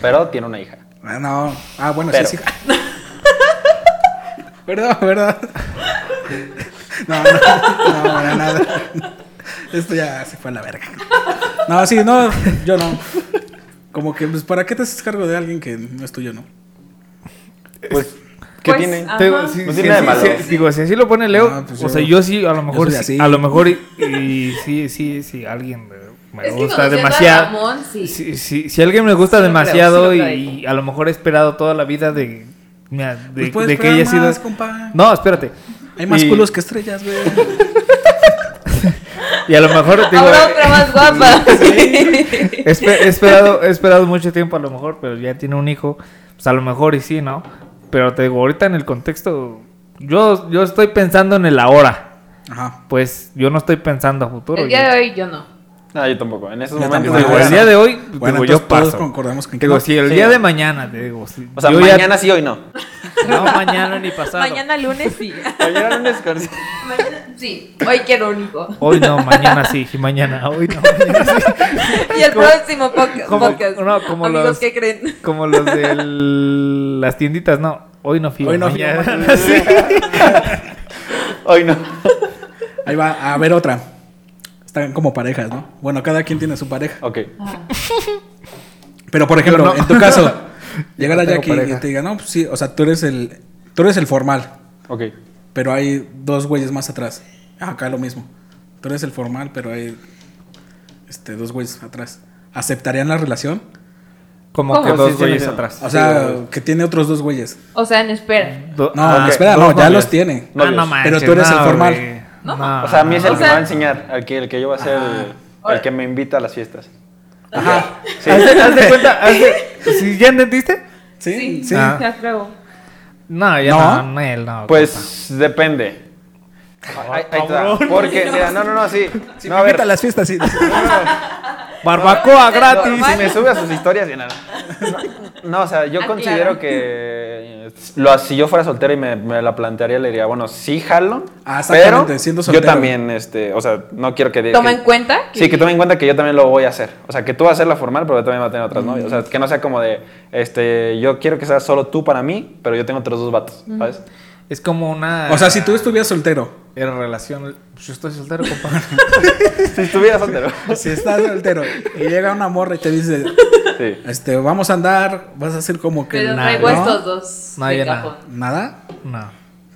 pero tiene una hija. Ah, No. Ah, bueno, Pero. sí, sí. ¿Verdad, verdad? No, no, no, para nada. Esto ya se fue a la verga. No, sí, no, yo no. Como que, pues, ¿para qué te haces cargo de alguien que no es tuyo, no? Pues, ¿qué Pues, tiene? ah. Te digo, Ajá. si, No si tiene nada de así- malo. si- digo, si así lo pone Leo, Ah, pues o yo- sea, yo sí, a lo mejor, soy sí, así. a lo mejor, y, y sí, sí, sí, alguien me- me Es que gusta conociendo a demasiado. Ramón, sí. Si, si- si alguien me gusta Sí lo creo, demasiado sí lo creo. y a lo mejor he esperado toda la vida de, mira, de, Pues puedes de que esperar haya sido. más, compa. No, espérate. Hay más Y- culos que estrellas, güey. Y a lo mejor, digo, eh, Ahora otra más guapa. He espe- he esperado, he esperado mucho tiempo a lo mejor, pero ya tiene un hijo. Pues a lo mejor y sí, ¿no? Pero te digo, ahorita en el contexto, yo, yo estoy pensando en el ahora. Ajá. Pues yo no estoy pensando a futuro. El día yo- de hoy yo no. No, yo tampoco. En esos Yo momentos. tampoco. digo, Digo, el bueno. día de hoy, Bueno, digo, entonces yo todos paso. concordamos con que Digo, no. si el Sí. día de mañana, te digo. si- O sea, yo ya- mañana sí, hoy no. No, mañana ni pasado. Mañana lunes sí. Mañana lunes con- Mañana- sí, hoy quiero un hijo. Hoy no, mañana sí. y Mañana, hoy no. mañana sí. Y el próximo podcast. como- podcast. no, como Amigos, los- ¿qué creen? Como los de las tienditas, no. Hoy no fío. Hoy no fío, mañana mañana sí. Hoy no. Ahí va, a ver otra. Están como parejas, ¿no? Bueno, cada quien tiene su pareja. Ok. Pero por ejemplo, no. en tu caso, llegar no allá tengo aquí pareja. y te diga, no, pues sí, o sea, tú eres el, tú eres el formal, Ok. pero hay dos güeyes más atrás. Acá lo mismo. Tú eres el formal, pero hay este, dos güeyes atrás. ¿Aceptarían la relación? Como ¿Cómo? que Sí, dos sí, güeyes sí, no. atrás. O sea, que tiene otros dos güeyes. O sea, en espera. Do- No, ok, espera, dos no, ya novios. Ah, los tiene. No, no Pero tú eres el formal. güey. No. O sea, a mí es el O que sea- me va a enseñar. El que, el que yo voy a ser. El, el que me invita a las fiestas. Ajá. Sí. Haz de- haz de cuenta, haz de- ¿Sí, ¿Ya entendiste? Sí, sí. Ah. Ya creo. No, ya ¿No? no, no, él no. Pues depende. Ahí, ahí te va. Cabrón. Porque, mira, no, no, no, sí. Si no, me a ver. invita a las fiestas, sí. compa. Barbacoa No, gratis. si me sube a sus historias, y nada. No, no, o sea, yo Ah, considero claro. que eh, lo, si yo fuera soltero y me, me la plantearía, le diría, bueno, sí jalo, Ah, exactamente, pero siendo yo soltero. también, este, o sea, no quiero que... Toma que- en cuenta que- Sí, que tome en cuenta que yo también lo voy a hacer. O sea, que tú vas a hacerla formal, pero yo también va a tener otras novias. O sea, que no sea como de, este, yo quiero que seas solo tú para mí, pero yo tengo otros dos vatos, ¿sabes? Es como una. O sea, si tú estuvieras soltero. En relación. Pues yo estoy soltero, compa. si estuviera soltero. Si estás soltero y llega una morra y te dice, Sí. este, vamos a andar, vas a hacer como que Pero nada, traigo ¿no? estos dos. No, de ya nada. cajón. ¿Nada? No.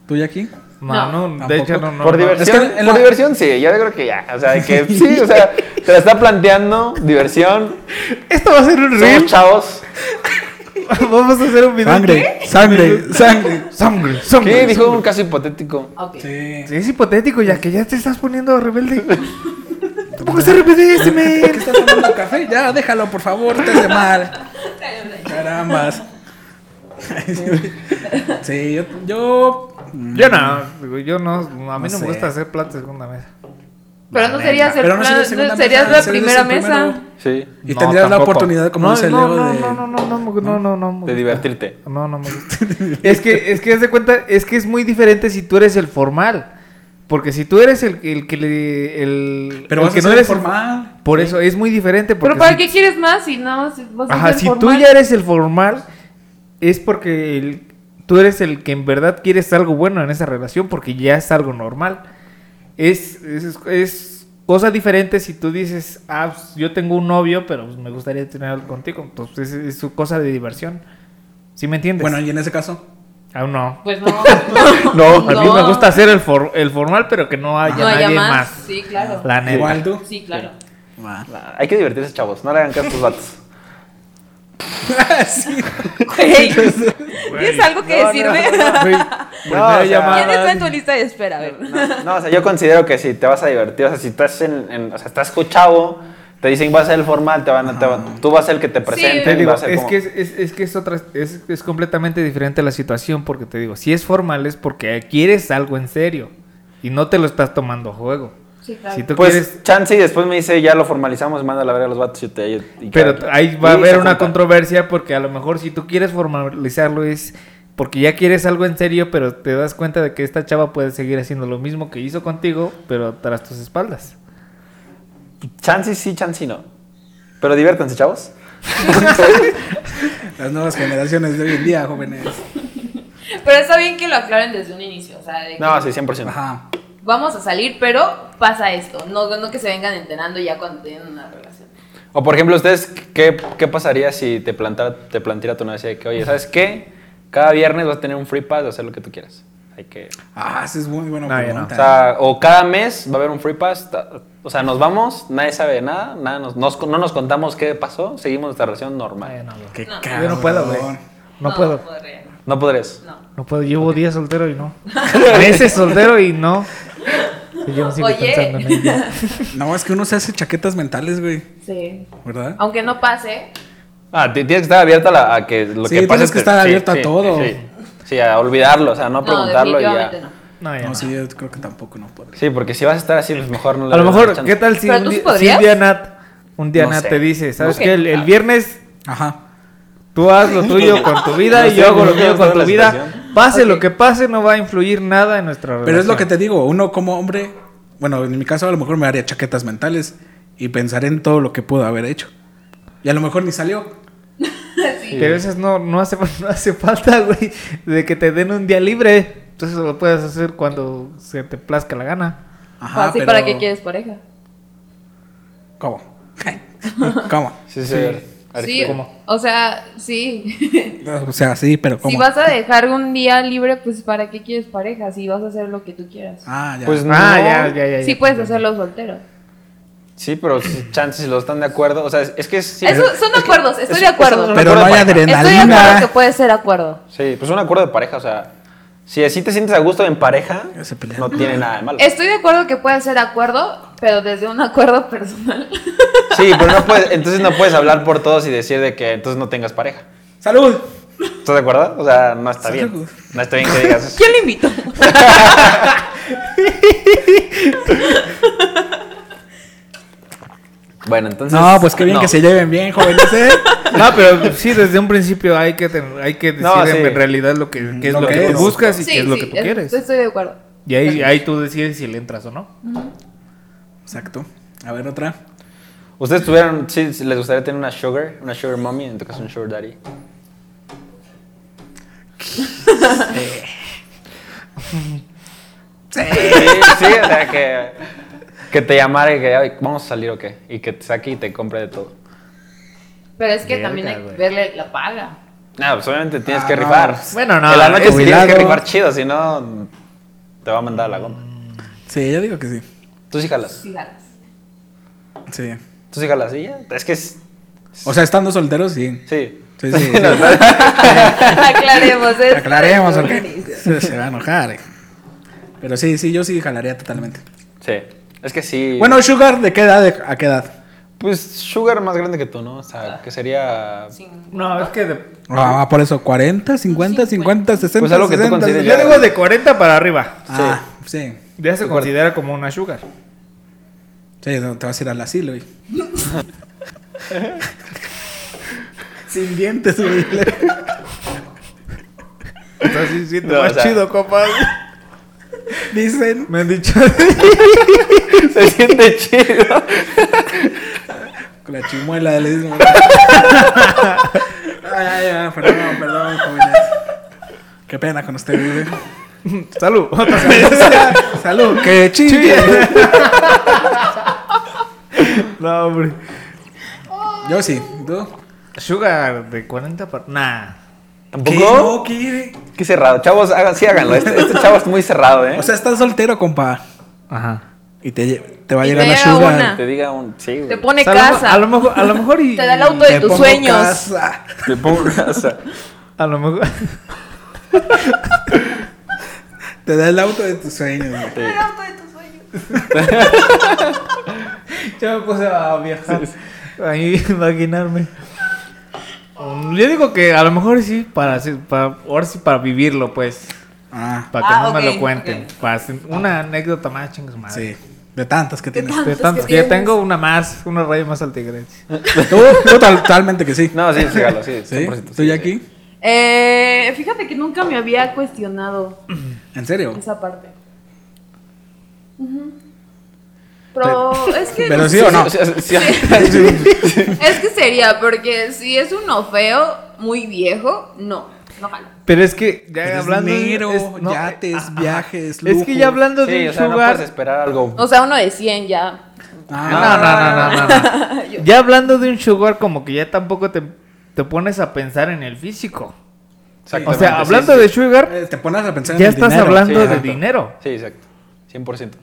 ¿Tú y aquí? No, No, no, de hecho tampoco. no, no. por no. diversión, Es que en por la- diversión sí, yo creo que ya. O sea, de que sí, o sea, te la está planteando, diversión. Esto va a ser un Somos reel. chavos. Vamos a hacer un video. Sangre, sangre, sangre. Sangre, sangre. ¿Qué? Dijo un caso hipotético. Ok. Sí. Sí, es hipotético, ya que ya te estás poniendo rebelde. ¿Cómo que se rebelde este ¿Por qué men? estás tomando café? Ya, déjalo, por favor, te hace mal. Carambas. Sí, yo, yo Yo no, digo, yo no, a mí no, No me sé. gusta hacer plato de segunda mesa. Pero no serías el Pero no plan- serías segunda no serías mesa, la serías primera el primero. mesa. Sí. Y No, tendrías la tampoco. oportunidad, como no, dice Leo, no, no, de- no, no, no, no, me- no, no, no, me gusta. De divertirte. No, no me gusta. es que, es que, haz de cuenta, es que es muy diferente si tú eres el formal. Porque si tú eres el, el que le. El, Pero el vas que a ser eres- formal. Por eso es muy diferente. Porque Pero ¿para si- qué quieres más si nada más vas a Ajá, ser si tú Pues formal? ya eres el formal, es porque el- tú eres el que en verdad quieres algo bueno en esa relación, porque ya es algo normal. Es, es, es cosa diferente si tú dices, ah, pues, yo tengo un novio, pero pues, me gustaría tener algo contigo. Entonces es, es su cosa de diversión. ¿Sí me entiendes? Bueno, y en ese caso, Aún no. Pues no. No, a mí me gusta hacer el, for- el formal, pero que no haya No haya nadie más. más. Sí, claro. La neta. igual tú. Sí, claro. Va. Hay que divertirse, chavos. No le hagan caso a estos vatos. sí. Güey, ¿Tienes algo que No, decirme? Güey, primera o sea, llamada. ¿Quién está en tu lista de espera? A ver. No, no, o sea, yo considero que si te vas a divertir, o sea, si estás en, en- o sea, estás con chavo, te dicen vas a ser el formal, te van a- te va- tú vas a ser el que te presente, Te digo, va a ser es, como- que es, es- es que es otra, es, es completamente diferente la situación, porque te digo, si es formal es porque quieres algo en serio y no te lo estás tomando a juego. Sí, claro. Si tú pues quieres, chance y después me dice ya lo formalizamos, manda la verga a los vatos y te y- y- pero t- ahí va a y se haber una junta. controversia porque a lo mejor si tú quieres formalizarlo es porque ya quieres algo en serio, pero te das cuenta de que esta chava puede seguir haciendo lo mismo que hizo contigo, pero tras tus espaldas. Chance y sí, chance y no. Pero diviértanse, chavos. Las nuevas generaciones de hoy en día, jóvenes. Pero está bien que lo aclaren desde un inicio. O sea, de que No, sí, 100%. Ajá. vamos a salir, pero pasa esto. No, no que se vengan enterando ya cuando tienen una relación. O por ejemplo, ustedes, ¿qué, qué pasaría si te plantara, te planteara tu novia de que, oye, ¿sabes qué? Cada viernes vas a tener un free pass de hacer lo que tú quieras. Hay que... Ah, esa es muy buena No, ya no. pregunta. O sea, o cada mes va a haber un free pass. ta- O sea, nos vamos, nadie sabe de nada, nada nos, nos- no nos contamos qué pasó, seguimos nuestra relación normal. Ay, no, güey. Qué No. cabrón. Yo no puedo, güey. No puedo. podría, no. No podrías. No. No puedo, llevo días soltero y no. Meses soltero y no. Yo no sigo Oye. pensando en ello. No, es que uno se hace chaquetas mentales, güey. Sí. ¿Verdad? Aunque no pase, Ah, ti- tienes que estar abierta a, la- a que lo Sí, que pasa tienes que estar abierto a todo. Sí, sí, a olvidarlo, o sea, no no, preguntarlo y ya. definitivamente no. No, ya No, no. sí, yo creo que tampoco no podría. Sí, porque si vas a estar así, pues mejor no le A lo das mejor, chance. ¿qué tal si ¿Pero un, tú sí di- si un podrías? día Nat, un día No Nat sé. te dice, ¿sabes No sé. qué? El, el viernes Ajá. tú haz lo tuyo con tu vida No y sé, yo hago lo no mío sé con tu la vida. situación. Pase Ok. lo que pase, no va a influir nada en nuestra relación. Pero es lo que te digo, uno como hombre, bueno, en mi caso a lo mejor me haría chaquetas mentales y pensaré en todo lo que pudo haber hecho. Y a lo mejor ni salió. Pero esas no, no, hace, no hace falta, güey, de que te den un día libre. Entonces lo puedes hacer cuando se te plazca la gana. Ajá. así pero- Pues, para qué quieres pareja. ¿Cómo? ¿Cómo? Sí, sí. a ver, a ver, Sí, explica. o sea, sí. O sea, sí, pero ¿cómo? si vas a dejar un día libre, pues ¿para qué quieres pareja? Si vas a hacer lo que tú quieras. Ah, ya. Pues no. Ah, ya, ya, ya. sí ya. puedes hacerlo soltero. Sí, pero si chances lo están de acuerdo. O sea, es, es que sí. Eso- son acuerdos, estoy de acuerdo. son pero no acuerdos hay de pareja. Estoy de adrenalina. acuerdo que puede ser acuerdo. Sí, pues un acuerdo de pareja, o sea, si así te sientes a gusto en pareja, Ya se pelean. no tiene nada de malo. Estoy de acuerdo que puede ser acuerdo, pero desde un acuerdo personal. Sí, pero no puedes, entonces no puedes hablar por todos y decir de que entonces no tengas pareja. ¡Salud! ¿Estás de acuerdo? O sea, no está bien. No está bien que digas eso. ¿Quién lo invitó? Bueno, entonces. No, pues qué bien no. que se lleven bien, jóvenes, ¿eh? No, pero sí, desde un principio hay que, ten- hay que decir No, sí. en realidad lo que, qué es Lo lo, que que, es. tú buscas y Sí, qué es lo que sí, tú es- pues quieres. Estoy de acuerdo. Y ahí, ahí tú decides si le entras o no. Exacto. A ver, otra. ¿Ustedes tuvieran, sí, sí, les gustaría tener una sugar, una sugar mommy, en tu caso un sugar daddy? Sí, sí, o sea, que, que te llamara y que "Ay, vamos a salir o qué, y que te saque y te compre de todo. Pero es que Verga, también hay que güey. verle la paga. No, pues obviamente tienes Ah, que no. rifar. Bueno, no, En la noche sí tienes que jubilado. rifar chido, si no, te va a mandar a la goma. Sí, yo digo que sí. Tú sí jalas. Sí, ganas. Sí. Tú sí jalas, ¿sí? ya? Es que es- O sea, estando solteros, sí. Sí. Sí, sí. sí. Aclaremos esto. Aclaremos, ¿ok? Se se va a enojar. eh. Pero sí, sí, yo sí jalaría totalmente. Sí. Es que sí. Bueno, Sugar, ¿de qué edad a qué edad? pues Sugar más grande que tú, ¿no? O sea, que sería. Sin- No, es que Ah, por eso, 40, 50, 50, 60. Pues algo que tú 60, consideres yo ya- digo de 40 para arriba. Ah, sí. Ya se considera como una sugar. Sí, no, te vas a ir al asilo, güey. Sin dientes, güey. Entonces sí, No, más o sea- chido, compa. Dicen. Me han dicho. Se siente chido. Con la chimuela le dicen. ay, ay, ay, perdón, perdón, jóvenes. Qué pena con ustedes, güey. Salud. Otra vez. Salud, que chiste. No, hombre. Yo sí. ¿Tú? Sugar de 40 para. Nah. ¿Qué? ¿Tampoco? No, ¿qué? Qué cerrado. Chavos, hagan, sí háganlo. Este, este chavo es muy cerrado, ¿eh? O sea, estás soltero, compa. Ajá. Y te, lle- te va a Y llegar te la llega sugar. una. te diga un. Sí, güey. Te pone O sea, a lo- casa. A lo mejor, a lo mejor y. Te da el auto de Te tus pongo sueños. casa. Te pongo casa. A lo mejor. Te da el auto de tus sueños. güey. Sí. Ya me puse a viajar. Ahí imaginarme. Um, Yo digo que a lo mejor sí, para, sí- para ahora sí para vivirlo, pues. Ah, Para que Ah, no me ok, lo cuenten. ok. Para sen- una anécdota más, chingas madre. sí. De tantas que tienes. De Tantas tantos Pues que que, yo tienes. tengo, una más, una raya más al tigre. Tú, tú tal- totalmente que sí. No, sí, sígalo, sí. ¿Sí? 100%, sí, ¿Tú ya sí. aquí? Eh, fíjate que nunca me había cuestionado ¿En serio? esa parte. Ujú. Pero, es que Pero sí Sí, o no. sí, sí, sí. es que sería porque si es uno feo muy viejo, no, no jalo. Pero es que ya Pero es hablando. dinero, no, eh, yates, ajá, ajá. viajes, Es que lujos. ya hablando Sí, de o un sea, no sugar. puedes esperar algo. O sea, uno de 100 ya. No, no, no, no, no, no. Yo- Ya hablando de un sugar, como que ya tampoco te, te pones a pensar en el físico. O Exactamente, sea, sí, hablando sí. de sugar, Eh, Te pones a pensar Ya en el estás dinero. hablando- de exacto. dinero. Sí, exacto. 100%.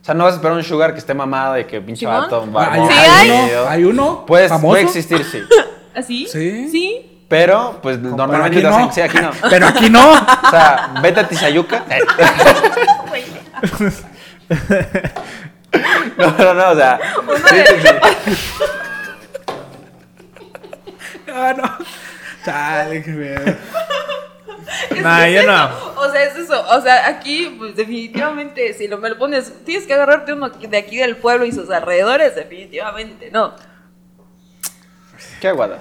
O sea, no vas a esperar un sugar que esté mamado y que pinche Simón. vato. Ah, barbón, Sí, hay, hay. uno, hay uno Puedes, famoso. Pues, puede existir, sí. ¿Así? Sí. ¿Ah, ¿Sí? Pero, pues Pero normalmente lo hacen. Sí, aquí no. Pero aquí no. O sea, vete a Tizayuca. Eh. No, no, no, o sea. sí, sí, sí. Ah, no. Chale, qué miedo. Nah, yo no. O sea, es eso. O sea, aquí, pues definitivamente, si lo me lo pones, tienes que agarrarte uno de aquí del pueblo y sus alrededores, definitivamente, no. Qué aguada.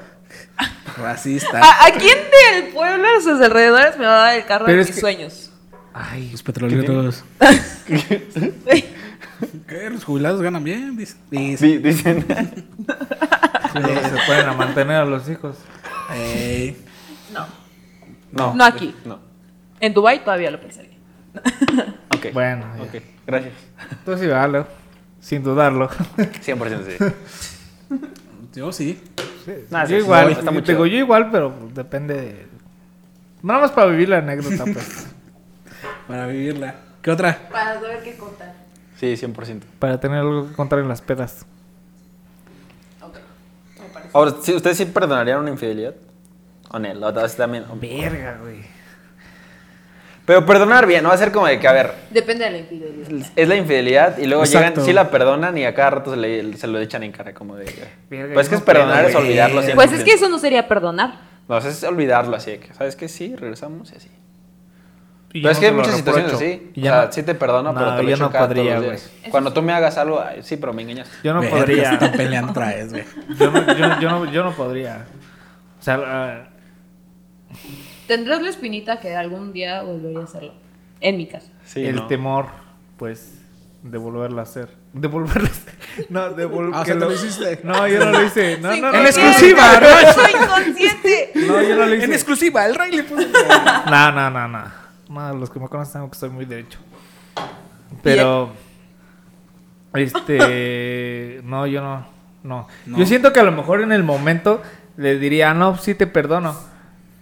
Racista. ¿A, a quién del pueblo y sus alrededores me va a dar el carro Pero de es mis que- sueños? Ay, los petroleros. ¿Qué? Los jubilados ganan bien. Dice. Dice. Sí, dicen. Luego se pueden a mantener a los hijos. Ey. No. No. No aquí. No. En Dubai todavía lo pensaría. Ok. Bueno, ya. Ok, gracias. Tú sí, vale. Sin dudarlo. 100% sí. Yo sí. Nah, sí, yo sí, igual, está muy te digo, chido. yo igual, pero depende de... Nada más para vivir la anécdota, pues. Para vivirla. ¿Qué otra? Para saber qué contar. Sí, 100%. para tener algo que contar en las pedas. Ahora, ¿sí- ¿ustedes sí perdonarían una infidelidad? O no, la otra vez también. Verga, güey. Pero perdonar bien, no va a ser como de que, a ver, Depende de la infidelidad. es la infidelidad y luego Exacto. llegan, sí la perdonan y a cada rato se, le- se lo echan en cara como de... Verga, pues es que yo es no perdonar, puedo, es güey. olvidarlo. 100%. Pues es que eso no sería perdonar. No, o sea, es olvidarlo así, de que, ¿sabes qué? Sí, regresamos y así. Y pero yo es que hay no te muchas lo situaciones reprocho. así. Y O ya sea, no- sí te perdono, pero No, te lo yo echan no cada todos los podría, días. güey. Cuando tú me hagas algo, ay, sí, pero me engañas. Yo no Verga, se podría. Están peleando otra vez, güey. Yo no, yo, no- yo no, yo no podría. O sea, ah, Tendrás la espinita que algún día volvería a hacerlo. En mi caso. Sí, el no. temor, pues, de volverlo a hacer. De volverlo a hacer. No, de volver Ah, o sea, tú lo hiciste. No, yo no lo hice. No, no, no. En no. exclusiva, ¿no? Soy consciente. No, yo no lo hice. En exclusiva, el rey le puso. No, no, no, no. No, los que me conocen saben que soy muy derecho. Pero. Este. No, yo no, no. No. Yo siento que a lo mejor en el momento le diría, "Ah, no, sí te perdono.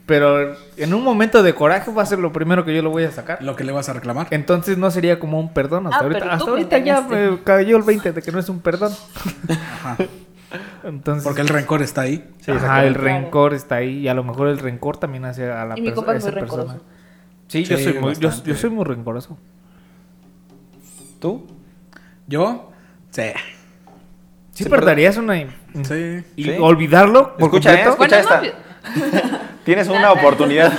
Pero en un momento de coraje va a ser lo primero que yo lo voy a sacar. Lo que le vas a reclamar. Entonces no sería como un perdón. Hasta Ah, ahorita, pero tú hasta ahorita ya perdonaste. me cayó el 20 de que no es un perdón. Ajá. Entonces. Porque el rencor está ahí. Sí, ajá, el exactamente. rencor está ahí y a lo mejor el rencor también hace a la Y mi perso- compa es esa muy persona. rencoroso. Sí, yo Sí, soy muy, yo, bastante. yo soy muy rencoroso. ¿Tú? Yo, sí. Sí, Sí, perderías una y, Sí. y Sí. olvidarlo por Escucha, completo. Escucha esta. no, Tienes una oportunidad.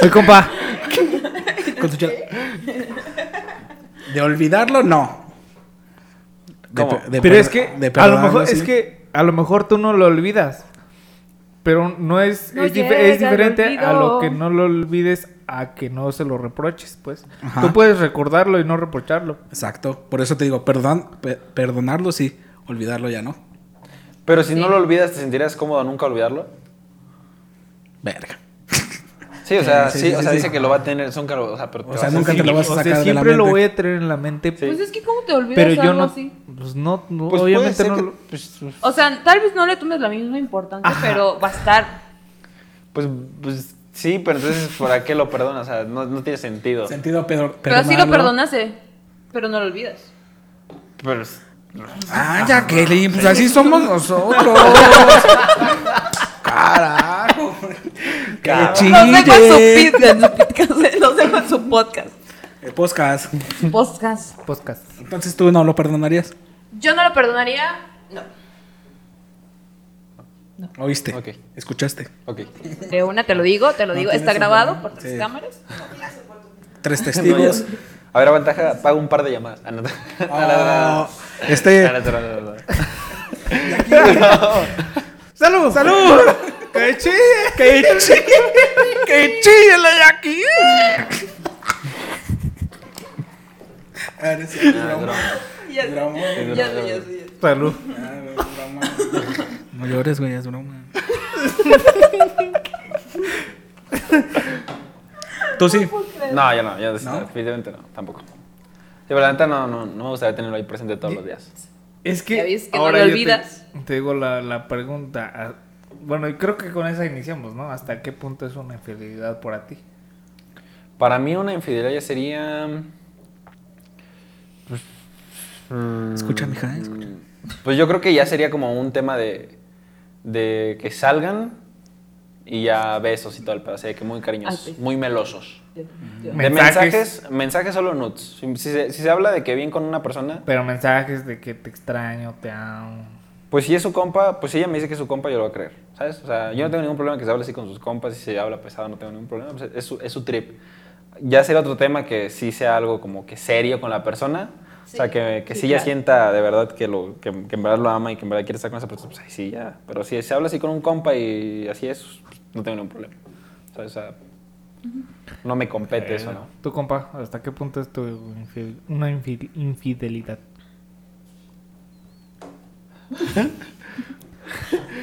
Soy compa. Con su chela. De olvidarlo, no. De ¿Cómo? pe- de pero per- es que de a lo perdonarlo, mejor sí. es que a lo mejor tú no lo olvidas. Pero no es No es, dif- llega es el diferente a lo olvido. que no lo olvides a que no se lo reproches, pues. Ajá. Tú puedes recordarlo y no reprocharlo. Exacto. Por eso te digo, perdón, pe- perdonarlo sí, olvidarlo ya no. Pero si no lo olvidas, ¿te sentirías cómodo nunca olvidarlo? Verga. Sí, Sí, o sea, Sí, sí, sí, o sí, sea, sí. dice que lo va a tener, son caro, o sea, pero te O va sea, a nunca te sentir- lo vas a O sea, sacar de la siempre lo mente. voy a tener en la mente, Sí. Pues es que cómo te olvidas pero yo algo no, así. pues no, no, Pues puede obviamente ser no. que- lo- pues, O sea, tal vez no le tomes la misma importancia, Ajá. pero va a estar. Pues, pues sí, pero entonces, ¿para qué lo perdonas? O sea, no, no tiene sentido. Sentido Pedro. Pero sí lo perdonarlo. perdonaste, pero no lo olvidas. Pero, Ah, ya, Kelly, pues así somos nosotros. Carajo. Qué Carajo. Los dejo en chille. su podcast, su podcast, los dejo en su podcast. Eh, Podcast. Podcast. podcast. Entonces tú no lo perdonarías. Yo no lo perdonaría, no. ¿Oíste? Ok. ¿Escuchaste? ok. De una te lo digo, te lo No digo. tienes Está un grabado problema. por tres Sí. cámaras. Tres testigos. No, ya. a ver, ventaja, pago un par de llamadas. Ah, no. Ah, este- Ah, no, no, no, no. ¡Salud! ¡Salud! ¡Qué chille! ¡Qué chille! ¡Qué chille la Jackie! Ah, no es cierto, Ah, broma. broma. Ya sé, Broma. ya sé, ya sé, ya sé. ¡Salud! Ah, es broma. No llores, güey, es broma. Tú sí. No, yo no, yo ¿No? definitivamente no, tampoco. Sí, pero la neta no, no, no me gustaría tenerlo ahí presente todos los días. Es que. Ya ves que no lo yo te- olvidas. Te, digo la, la pregunta. ah, Bueno, y creo que con esa iniciamos, ¿no? ¿Hasta qué punto es una infidelidad para ti? Para mí una infidelidad ya sería... Escucha, mija, eh, escucha. Pues yo creo que ya sería como un tema de, de que salgan y ya besos y todo el pedo, así de que muy cariñosos, Ah, sí. muy melosos. Ya, ya. Me- De Mensajes. mensajes, mensajes solo nudes. Si, si se, si se habla de que bien con una persona, Pero mensajes de que te extraño, te amo. pues si es su compa, pues si ella me dice que es su compa, yo lo voy a creer, ¿sabes? O sea, yo no tengo ningún problema que se hable así con sus compas, si se habla pesado no tengo ningún problema, pues es su, es su trip. Ya será otro tema que sí sea algo como que serio con la persona, o sea, Sí, que, que sí, sí, ya claro. sienta de verdad que, lo, que, que en verdad lo ama y que en verdad quiere estar con esa persona, pues ahí sí, ya. Pero si se habla así con un compa y así es, pues, no tengo ningún problema, ¿sabes? O sea, no me compete eso, ¿no? Tu compa, ¿hasta qué punto es tu infidel- una infi- infidelidad?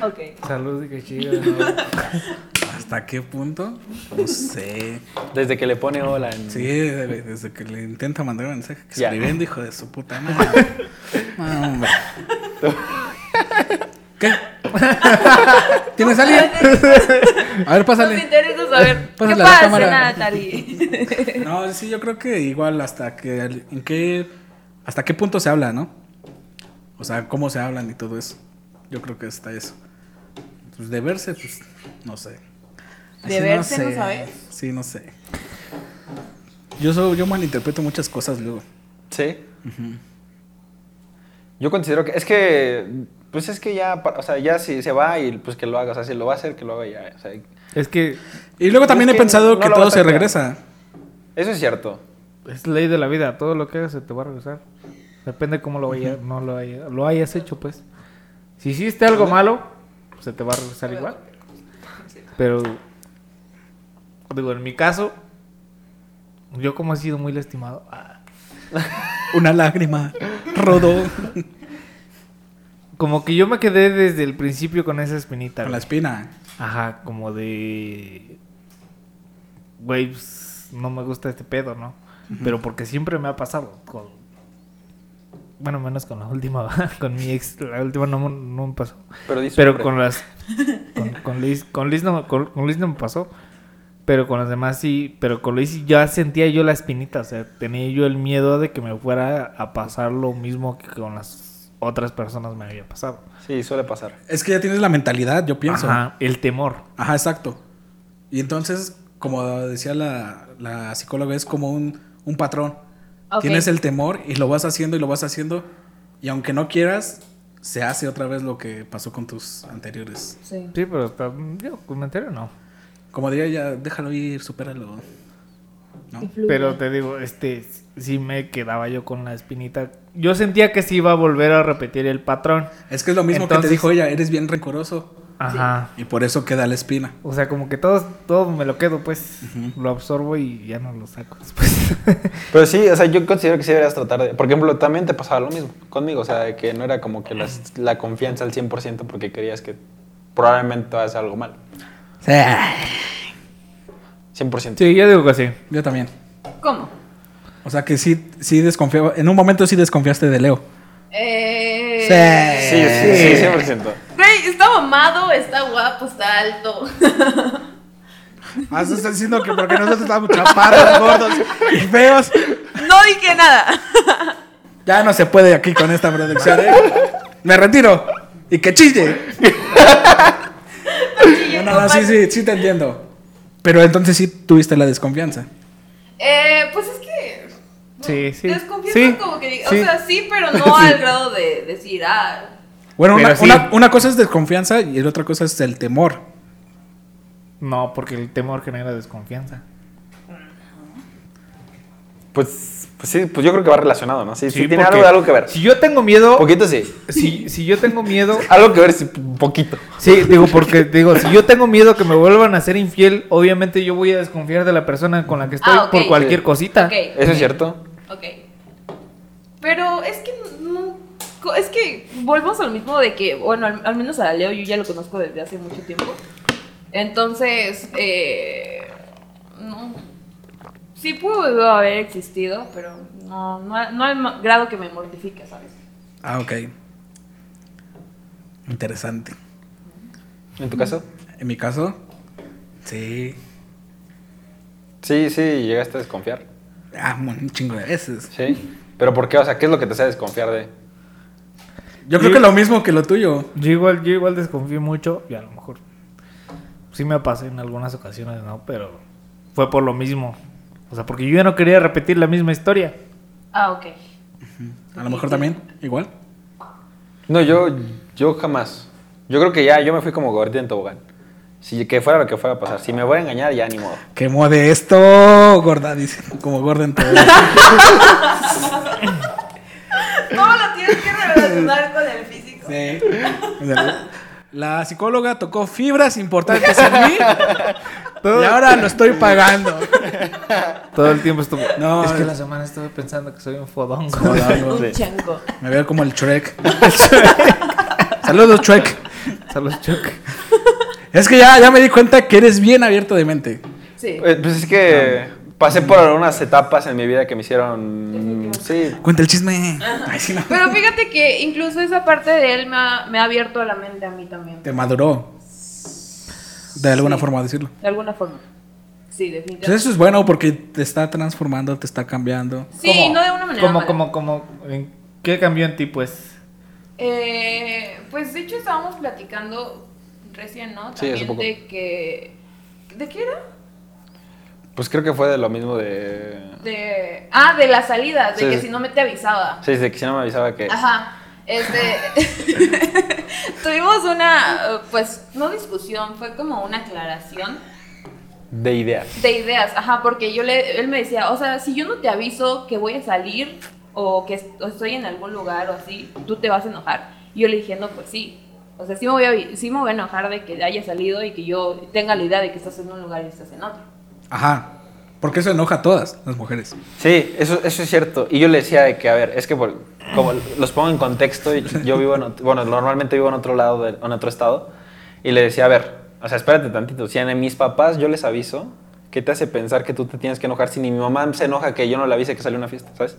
Ok. Salud y que chido. ¿no? ¿Hasta qué punto? No sé. Desde que le pone hola en... Sí, desde desde que le intenta mandar un mensaje que Ya. escribiendo, hijo de su puta madre. No, hombre. ¿Qué? ¿Tienes alguien? A ver, Nos pásale. interesa saber Pásale a qué la pasa, cámara. Natalie. No, sí, yo creo que igual hasta que en qué hasta qué punto se habla, ¿no? O sea, cómo se hablan y todo eso. Yo creo que hasta eso. Pues de verse, pues no sé. De Así verse, ¿no sabes? Sí, no sé. Yo so- yo malinterpreto muchas cosas luego. Sí. Yo considero que es que pues es que ya, pa- o sea, ya si se va y pues que lo haga, o sea, si lo va a hacer que lo haga ya, o sea, es que Y luego también Es he que pensado no que lo todo vas a se creer. regresa. eso es cierto. es ley de la vida. Todo lo que hagas se te va a regresar. Depende cómo lo, vaya- no lo, haya- lo hayas hecho, pues. Si hiciste algo malo, pues, se te va a regresar igual. Pero, digo, en mi caso, yo como he sido muy lastimado. ah, Una lágrima rodó Como que yo me quedé desde el principio con esa espinita. con güey. la espina. Ajá, como de. Güey, pues, no me gusta este pedo, ¿no? Pero porque siempre me ha pasado. Con... Bueno, menos con la última, con mi ex. La última no, me- no me pasó. Pero, di su Pero nombre. con las. Con, con Liz, con, Liz no, con, con Liz no me pasó. Pero con las demás sí. Pero con Liz ya sentía yo la espinita. O sea, tenía yo el miedo de que me fuera a pasar lo mismo que con las otras personas me había pasado. Sí, suele pasar. Es que ya tienes la mentalidad, yo pienso. Ajá, el temor. Ajá, exacto. Y entonces, como decía la, la psicóloga, es como un, un patrón. Ok. Tienes el temor y lo vas haciendo y lo vas haciendo. Y aunque no quieras, se hace otra vez lo que pasó con tus anteriores. Sí. Sí, pero está, yo, comentario no. Como diría ella, déjalo ir, supéralo. ¿No? Pero te digo, este, sí me quedaba yo con la espinita. Yo sentía que sí iba a volver a repetir el patrón. Es que es lo mismo que Entonces- te dijo ella, eres bien rencoroso. Ajá. Y por eso queda la espina. O sea, como que todo, todo me lo quedo, pues, lo absorbo y ya no lo saco después. Pero sí, o sea, yo considero que sí deberías tratar de, por ejemplo, también te pasaba lo mismo conmigo, o sea, de que no era como que las- la confianza al 100% porque querías que probablemente hagas algo mal. 100%. Sí, yo digo que sí. Yo también. ¿Cómo? O sea que sí, sí desconfiaba. En un momento sí desconfiaste de Leo. Eh... Sí, sí, sí, 100%. Güey, está mamado, está guapo, está alto. Ah, se está diciendo que porque nosotros estamos chaparros, gordos y feos. No dije nada. Ya no se puede aquí con esta producción, ¿eh? Me retiro. Y que chille. No, no, no, sí, sí, sí te entiendo. Pero entonces sí tuviste la desconfianza. Eh, pues es que. no, Sí, sí. Desconfianza Sí, como que. O sí. sea, sí, pero no al grado de decir, ah. Bueno, Pero una, sí. una- una cosa es desconfianza y la otra cosa es el temor. No, porque el temor genera desconfianza. Pues, pues sí, pues yo creo que va relacionado, ¿no? Sí, sí, tiene porque algo, algo que ver. Si yo tengo miedo. Poquito sí. Si, si yo tengo miedo. Algo que ver, sí, poquito. Sí, digo, porque digo, si yo tengo miedo que me vuelvan a ser infiel, obviamente yo voy a desconfiar de la persona con la que estoy Ah, ok. por cualquier Sí. cosita. Ok, Eso ok, es cierto. Ok. Pero es que no. co- Es que volvemos al mismo de que, bueno, al, al menos a Leo yo ya lo conozco desde hace mucho tiempo. Entonces, eh, no. Sí pudo haber existido, pero no, no, no al ma- grado que me mortifica, ¿sabes? Ah, ok. Interesante. ¿En tu caso? En mi caso, sí. Sí, sí, llegaste a desconfiar. Ah, un chingo de veces. Sí. ¿Pero por qué? O sea, ¿qué es lo que te hace desconfiar de...? Yo creo que lo mismo que lo tuyo. Yo igual, yo igual desconfío mucho y a lo mejor sí me pasé en algunas ocasiones, ¿no? Pero fue por lo mismo. O sea, porque yo ya no quería repetir la misma historia. Ah, ok. A lo mejor también, igual. No, yo, yo jamás. Yo creo que ya, yo me fui como gordita en tobogán. Si que fuera lo que fuera a pasar. Si me voy a engañar, ya ni modo. Qué modesto, gorda, dice. Como gorda en todo. ¿Cómo lo tienes que relacionar con el físico? Sí. O sea, La psicóloga tocó fibras importantes en mí y ahora lo estoy pagando. Todo el tiempo estuvo. No, es que eh. la semana estuve pensando que soy un fodongo. Un chango. Me veo como el Shrek. Saludos, Shrek. Saludos, Chuck. Es que ya, ya me di cuenta que eres bien abierto de mente. Sí. Eh, Pues es que pasé por unas etapas en mi vida que me hicieron... Sí. Cuenta el chisme. Ay, sí, no. Pero fíjate que incluso esa parte de él me ha, me ha abierto la mente a mí también. Te maduró. De alguna forma decirlo. De alguna forma. Sí, definitivamente. Pues eso es bueno porque te está transformando, te está cambiando. Sí, ¿Cómo? no de una manera. Como, mala. como, como, ¿en ¿qué cambió en ti, pues? Eh, pues de hecho estábamos platicando recién, ¿no? Sí, hace También poco. de que. ¿De qué era? Pues creo que fue de lo mismo de... De. Ah, de las salidas, de Sí, que sí. si no me te avisaba. Sí, de que si no me avisaba que... Ajá. Este. tuvimos una. eh, Pues no discusión, fue como una aclaración. De ideas. de ideas, ajá, porque yo le, él me decía, o sea, si yo no te aviso que voy a salir o que est- o estoy en algún lugar o así, tú te vas a enojar. Y yo le dije, no, pues sí. O sea, sí me voy a, avi- sí me voy a enojar de que haya salido y que yo tenga la idea de que estás en un lugar y estás en otro. Ajá. Porque eso enoja a todas las mujeres. Sí, eso, eso es cierto. Y yo le decía de que, a ver, es que por- como los pongo en contexto, y yo vivo en, ot- bueno, normalmente vivo en otro lado, de- en otro estado, y le decía, a ver, o sea, espérate tantito, si a mis papás yo les aviso, ¿qué te hace pensar que tú te tienes que enojar si ni mi mamá se enoja que yo no le avise que salió a una fiesta, ¿sabes?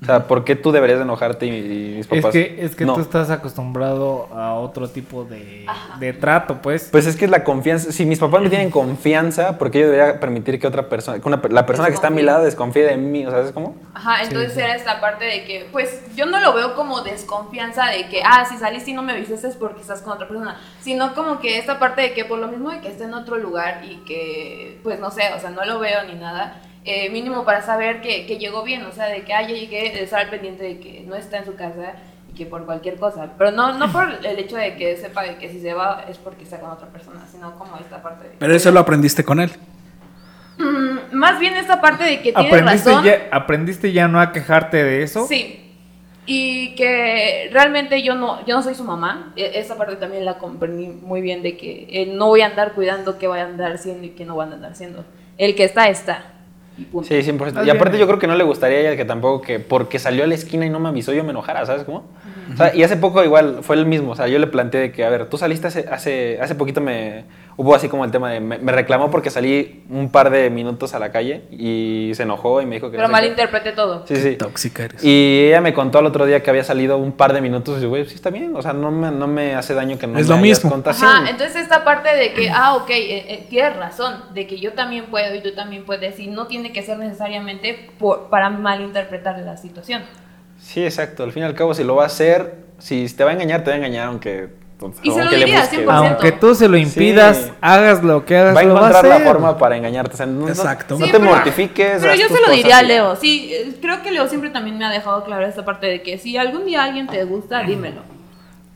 O sea, ¿por qué tú deberías de enojarte y, y mis Es papás? que, es que no. tú estás acostumbrado a otro tipo de, de trato, pues. Pues es que es la confianza. Si mis papás me tienen confianza, ¿por qué yo debería permitir que otra persona, que una pe- la persona que está a mi lado desconfíe de mí? O sea, ¿sabes cómo? Ajá, entonces era esta parte de que, pues, yo no lo veo como desconfianza de que, ah, si saliste y no me avisaste es porque estás con otra persona, sino como que esta parte de que por lo mismo de que esté en otro lugar y que, pues, no sé, o sea, no lo veo ni nada, eh, mínimo para saber que, que llegó bien, o sea, de que, ah, ya llegué, de estar al pendiente de que no está en su casa y que por cualquier cosa, pero no, no por el hecho de que sepa de que si se va es porque está con otra persona, sino como esta parte de... Pero eso lo aprendiste con él. Mm, más bien esta parte de que tiene ¿Aprendiste razón. ya, ¿Aprendiste ya no a quejarte de eso? Sí. Y que realmente yo no, yo no soy su mamá. E- Esa parte también la comprendí muy bien de que eh, no voy a andar cuidando qué voy a andar haciendo y qué no van a andar haciendo. El que está, está. Y punto. Sí, 100%. Más Y aparte bien. yo creo que no le gustaría a ella que tampoco que porque salió a la esquina y no me avisó yo me enojara, ¿sabes cómo? O sea, y hace poco igual fue el mismo, o sea, yo le planteé de que, a ver, tú saliste hace, hace, hace poquito me... hubo así como el tema de, me, me reclamó porque salí un par de minutos a la calle y se enojó y me dijo que... no Pero sé qué. malinterpreté todo. Sí, sí. Tóxica eres. Y ella me contó al otro día que había salido un par de minutos y güey, pues sí está bien, o sea, no me, no me hace daño que no Es me lo hayas mismo. contado. Sí, Ajá, entonces esta parte de que, ah, ok, eh, eh, tienes razón, de que yo también puedo y tú también puedes, y no tiene que ser necesariamente por- para malinterpretar la situación. sí, exacto, al fin y al cabo si lo va a hacer, si te va a engañar, te va a engañar aunque... pues, Y se lo aunque le diría, busques. 100%. Aunque tú se lo impidas, Sí. hagas lo que hagas, Va a lo encontrar la hacer. forma para engañarte. o sea, no, no- Exacto. No Sí, te pero- mortifiques. Pero haz yo tus se lo cosas diría a y- Leo, sí, eh, creo que Leo siempre también me ha dejado claro esta parte de que si algún día alguien te gusta, dímelo.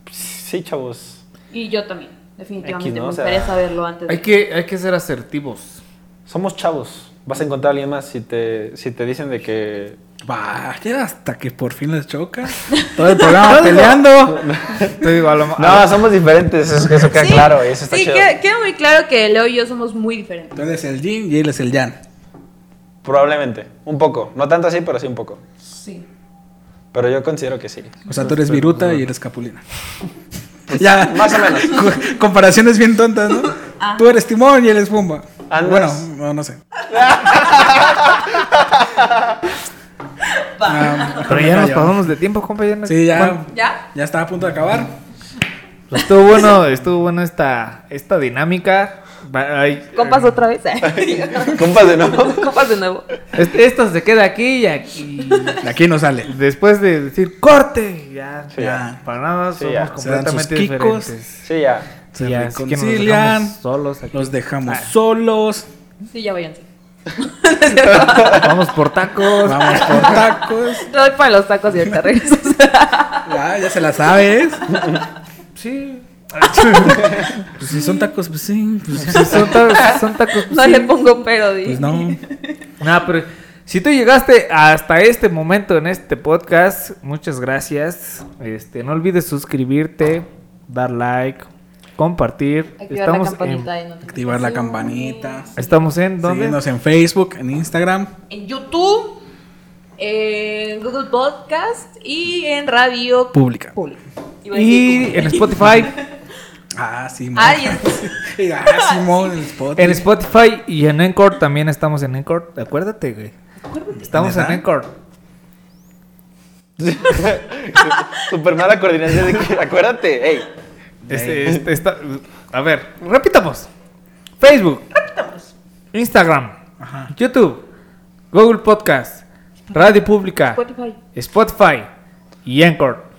Sí, chavos. Y yo también, definitivamente X, ¿no? me O sea, gustaría saberlo antes. de- Hay que, hay que ser asertivos. Somos chavos. Vas a encontrar a alguien más si te, si te dicen de que. Vaya, hasta que por fin les choca. Todo el programa peleando. Te digo, a lo mejor. No, somos diferentes. Eso, eso queda Sí, claro. Eso está sí, chido. que- queda muy claro que Leo y yo somos muy diferentes. Tú eres el Jin y él es el Jan. Probablemente. Un poco. No tanto así, pero sí un poco. Sí. Pero yo considero que sí. O sea, tú Pues, eres Viruta y eres Capulina. ya. más o menos. Co- Comparaciones bien tontas, ¿no? Tú eres Timón y él es Pumba. Andas. Bueno, no, no sé. Ah, Pero ya nos yo. pasamos de tiempo, compa. Ya no- Sí, Bueno, ya. ¿Ya? Ya está a punto de acabar. pues estuvo bueno, estuvo bueno esta, esta dinámica. Va- ay, Compas eh, otra vez. eh. Compas de nuevo. Compas de nuevo. est- este, Esto se queda aquí y aquí. De aquí no sale. Después de decir corte, ya, Sí, ya. para nada, Sí, somos ya. Se dan sus completamente quicos. diferentes. Sí, ya. Se Sí, ya, así que nos reconcilian, dejamos solos aquí. Los dejamos Ah. solos. Sí, ya váyanse. Vamos por tacos. Vamos por tacos. Te doy para los tacos y ahorita regresas. Ya, ya se la sabes. Sí. Pues si son tacos, pues sí. Pues, Sí, Son, ta- son tacos. No sí. le pongo pero, di. pues no. Nah, pero si tú llegaste hasta este momento en este podcast, muchas gracias. Este, no olvides suscribirte, dar like, compartir. Activar la campanita de notificaciones. Activar la campanita. en, estamos en donde Síguenos en Facebook, en Instagram. En YouTube, en Google Podcast y en Radio Pública. Pública. Iba a decir y en Spotify, Ah, Simón. Ay, ah, Simón, el spot. en Spotify y en Encore también estamos en Encore. Acuérdate, güey. Estamos en ¿Neta? Encore. Super mala coordinación. de que- acuérdate. Ey. Este, este, esta- a ver, repitamos. Facebook. Instagram. YouTube. Google Podcast. Radio Pública. Spotify. Spotify. Y Anchor.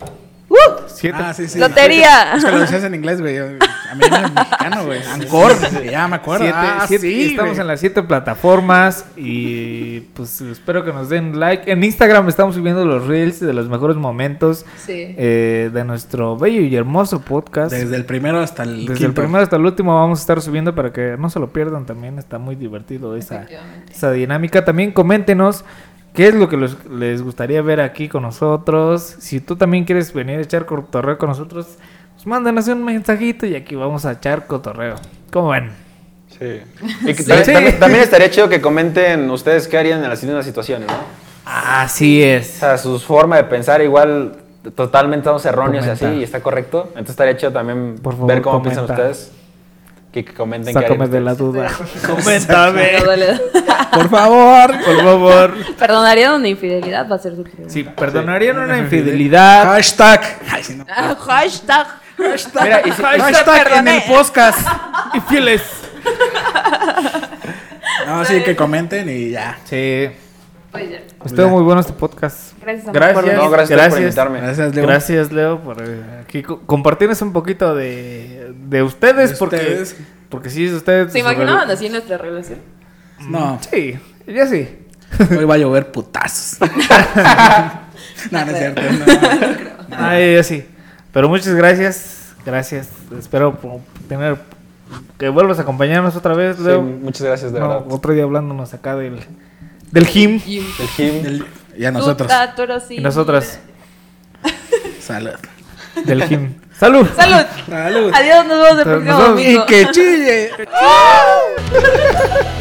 ¡Uh! Siete. Ah, sí, sí. Lotería. Es que lo decías en inglés, güey. A mí me es mexicano, güey. Ancor. Ya me acuerdo. Siete- ah, siete- sí, estamos güey. en las siete plataformas y pues espero que nos den like. En Instagram estamos subiendo los reels de los mejores momentos Sí. eh, de nuestro bello y hermoso podcast. Desde el primero hasta el Desde quinto. el primero hasta el último vamos a estar subiendo para que no se lo pierdan también. Está muy divertido esa, Efectivamente. esa dinámica. También coméntenos qué es lo que los- les gustaría ver aquí con nosotros. Si tú también quieres venir a echar cotorreo con nosotros, pues mándanos un mensajito y aquí vamos a echar cotorreo. ¿Cómo ven? Sí. Y que también, Sí. también- también estaría chido que comenten ustedes qué harían en las mismas situaciones, ¿no? Así O es. sea, su forma de pensar igual totalmente estamos erróneos y así Comenta. y está correcto. Entonces estaría chido también Por favor, ver cómo piensan comenta. ustedes. Que, que comenten qué harían Sácame de la ustedes. duda. Pero Coméntame. dale. Por favor. Por favor. Perdonaría una infidelidad, va a ser su pregunta. Si perdonarían una infidelidad. Hashtag. Ay, sí, no. Ah, hashtag. Mira, y si- Hashtag en el perdoné. podcast. Infieles. No, sí, que comenten y ya. Sí. Pues ya. Estuvo muy bueno este podcast. Gracias a Gracias. No, gracias, a ustedes por invitarme. Gracias, Leo. Gracias, Leo, por eh, aquí co- compartirnos un poquito de, de ustedes, De porque, ustedes. porque sí, ustedes. Pues, ¿Se imaginaban así nuestra relación? No, Sí, yo sí. hoy va a llover putazos. no, no es cierto. no. Ay, yo Ah, sí. Pero muchas gracias, gracias. Espero po- tener que vuelvas a acompañarnos otra vez, Sí, Leo. muchas gracias, de No, verdad. otro día hablándonos acá del, del gym Y El gym. El- y a tú, nosotros. Tátaro, sí. y nosotras Salud. del gym. Salud. Salud. Salud. Adiós, nos vemos el Nos próximo vemos. domingo. Y que chille.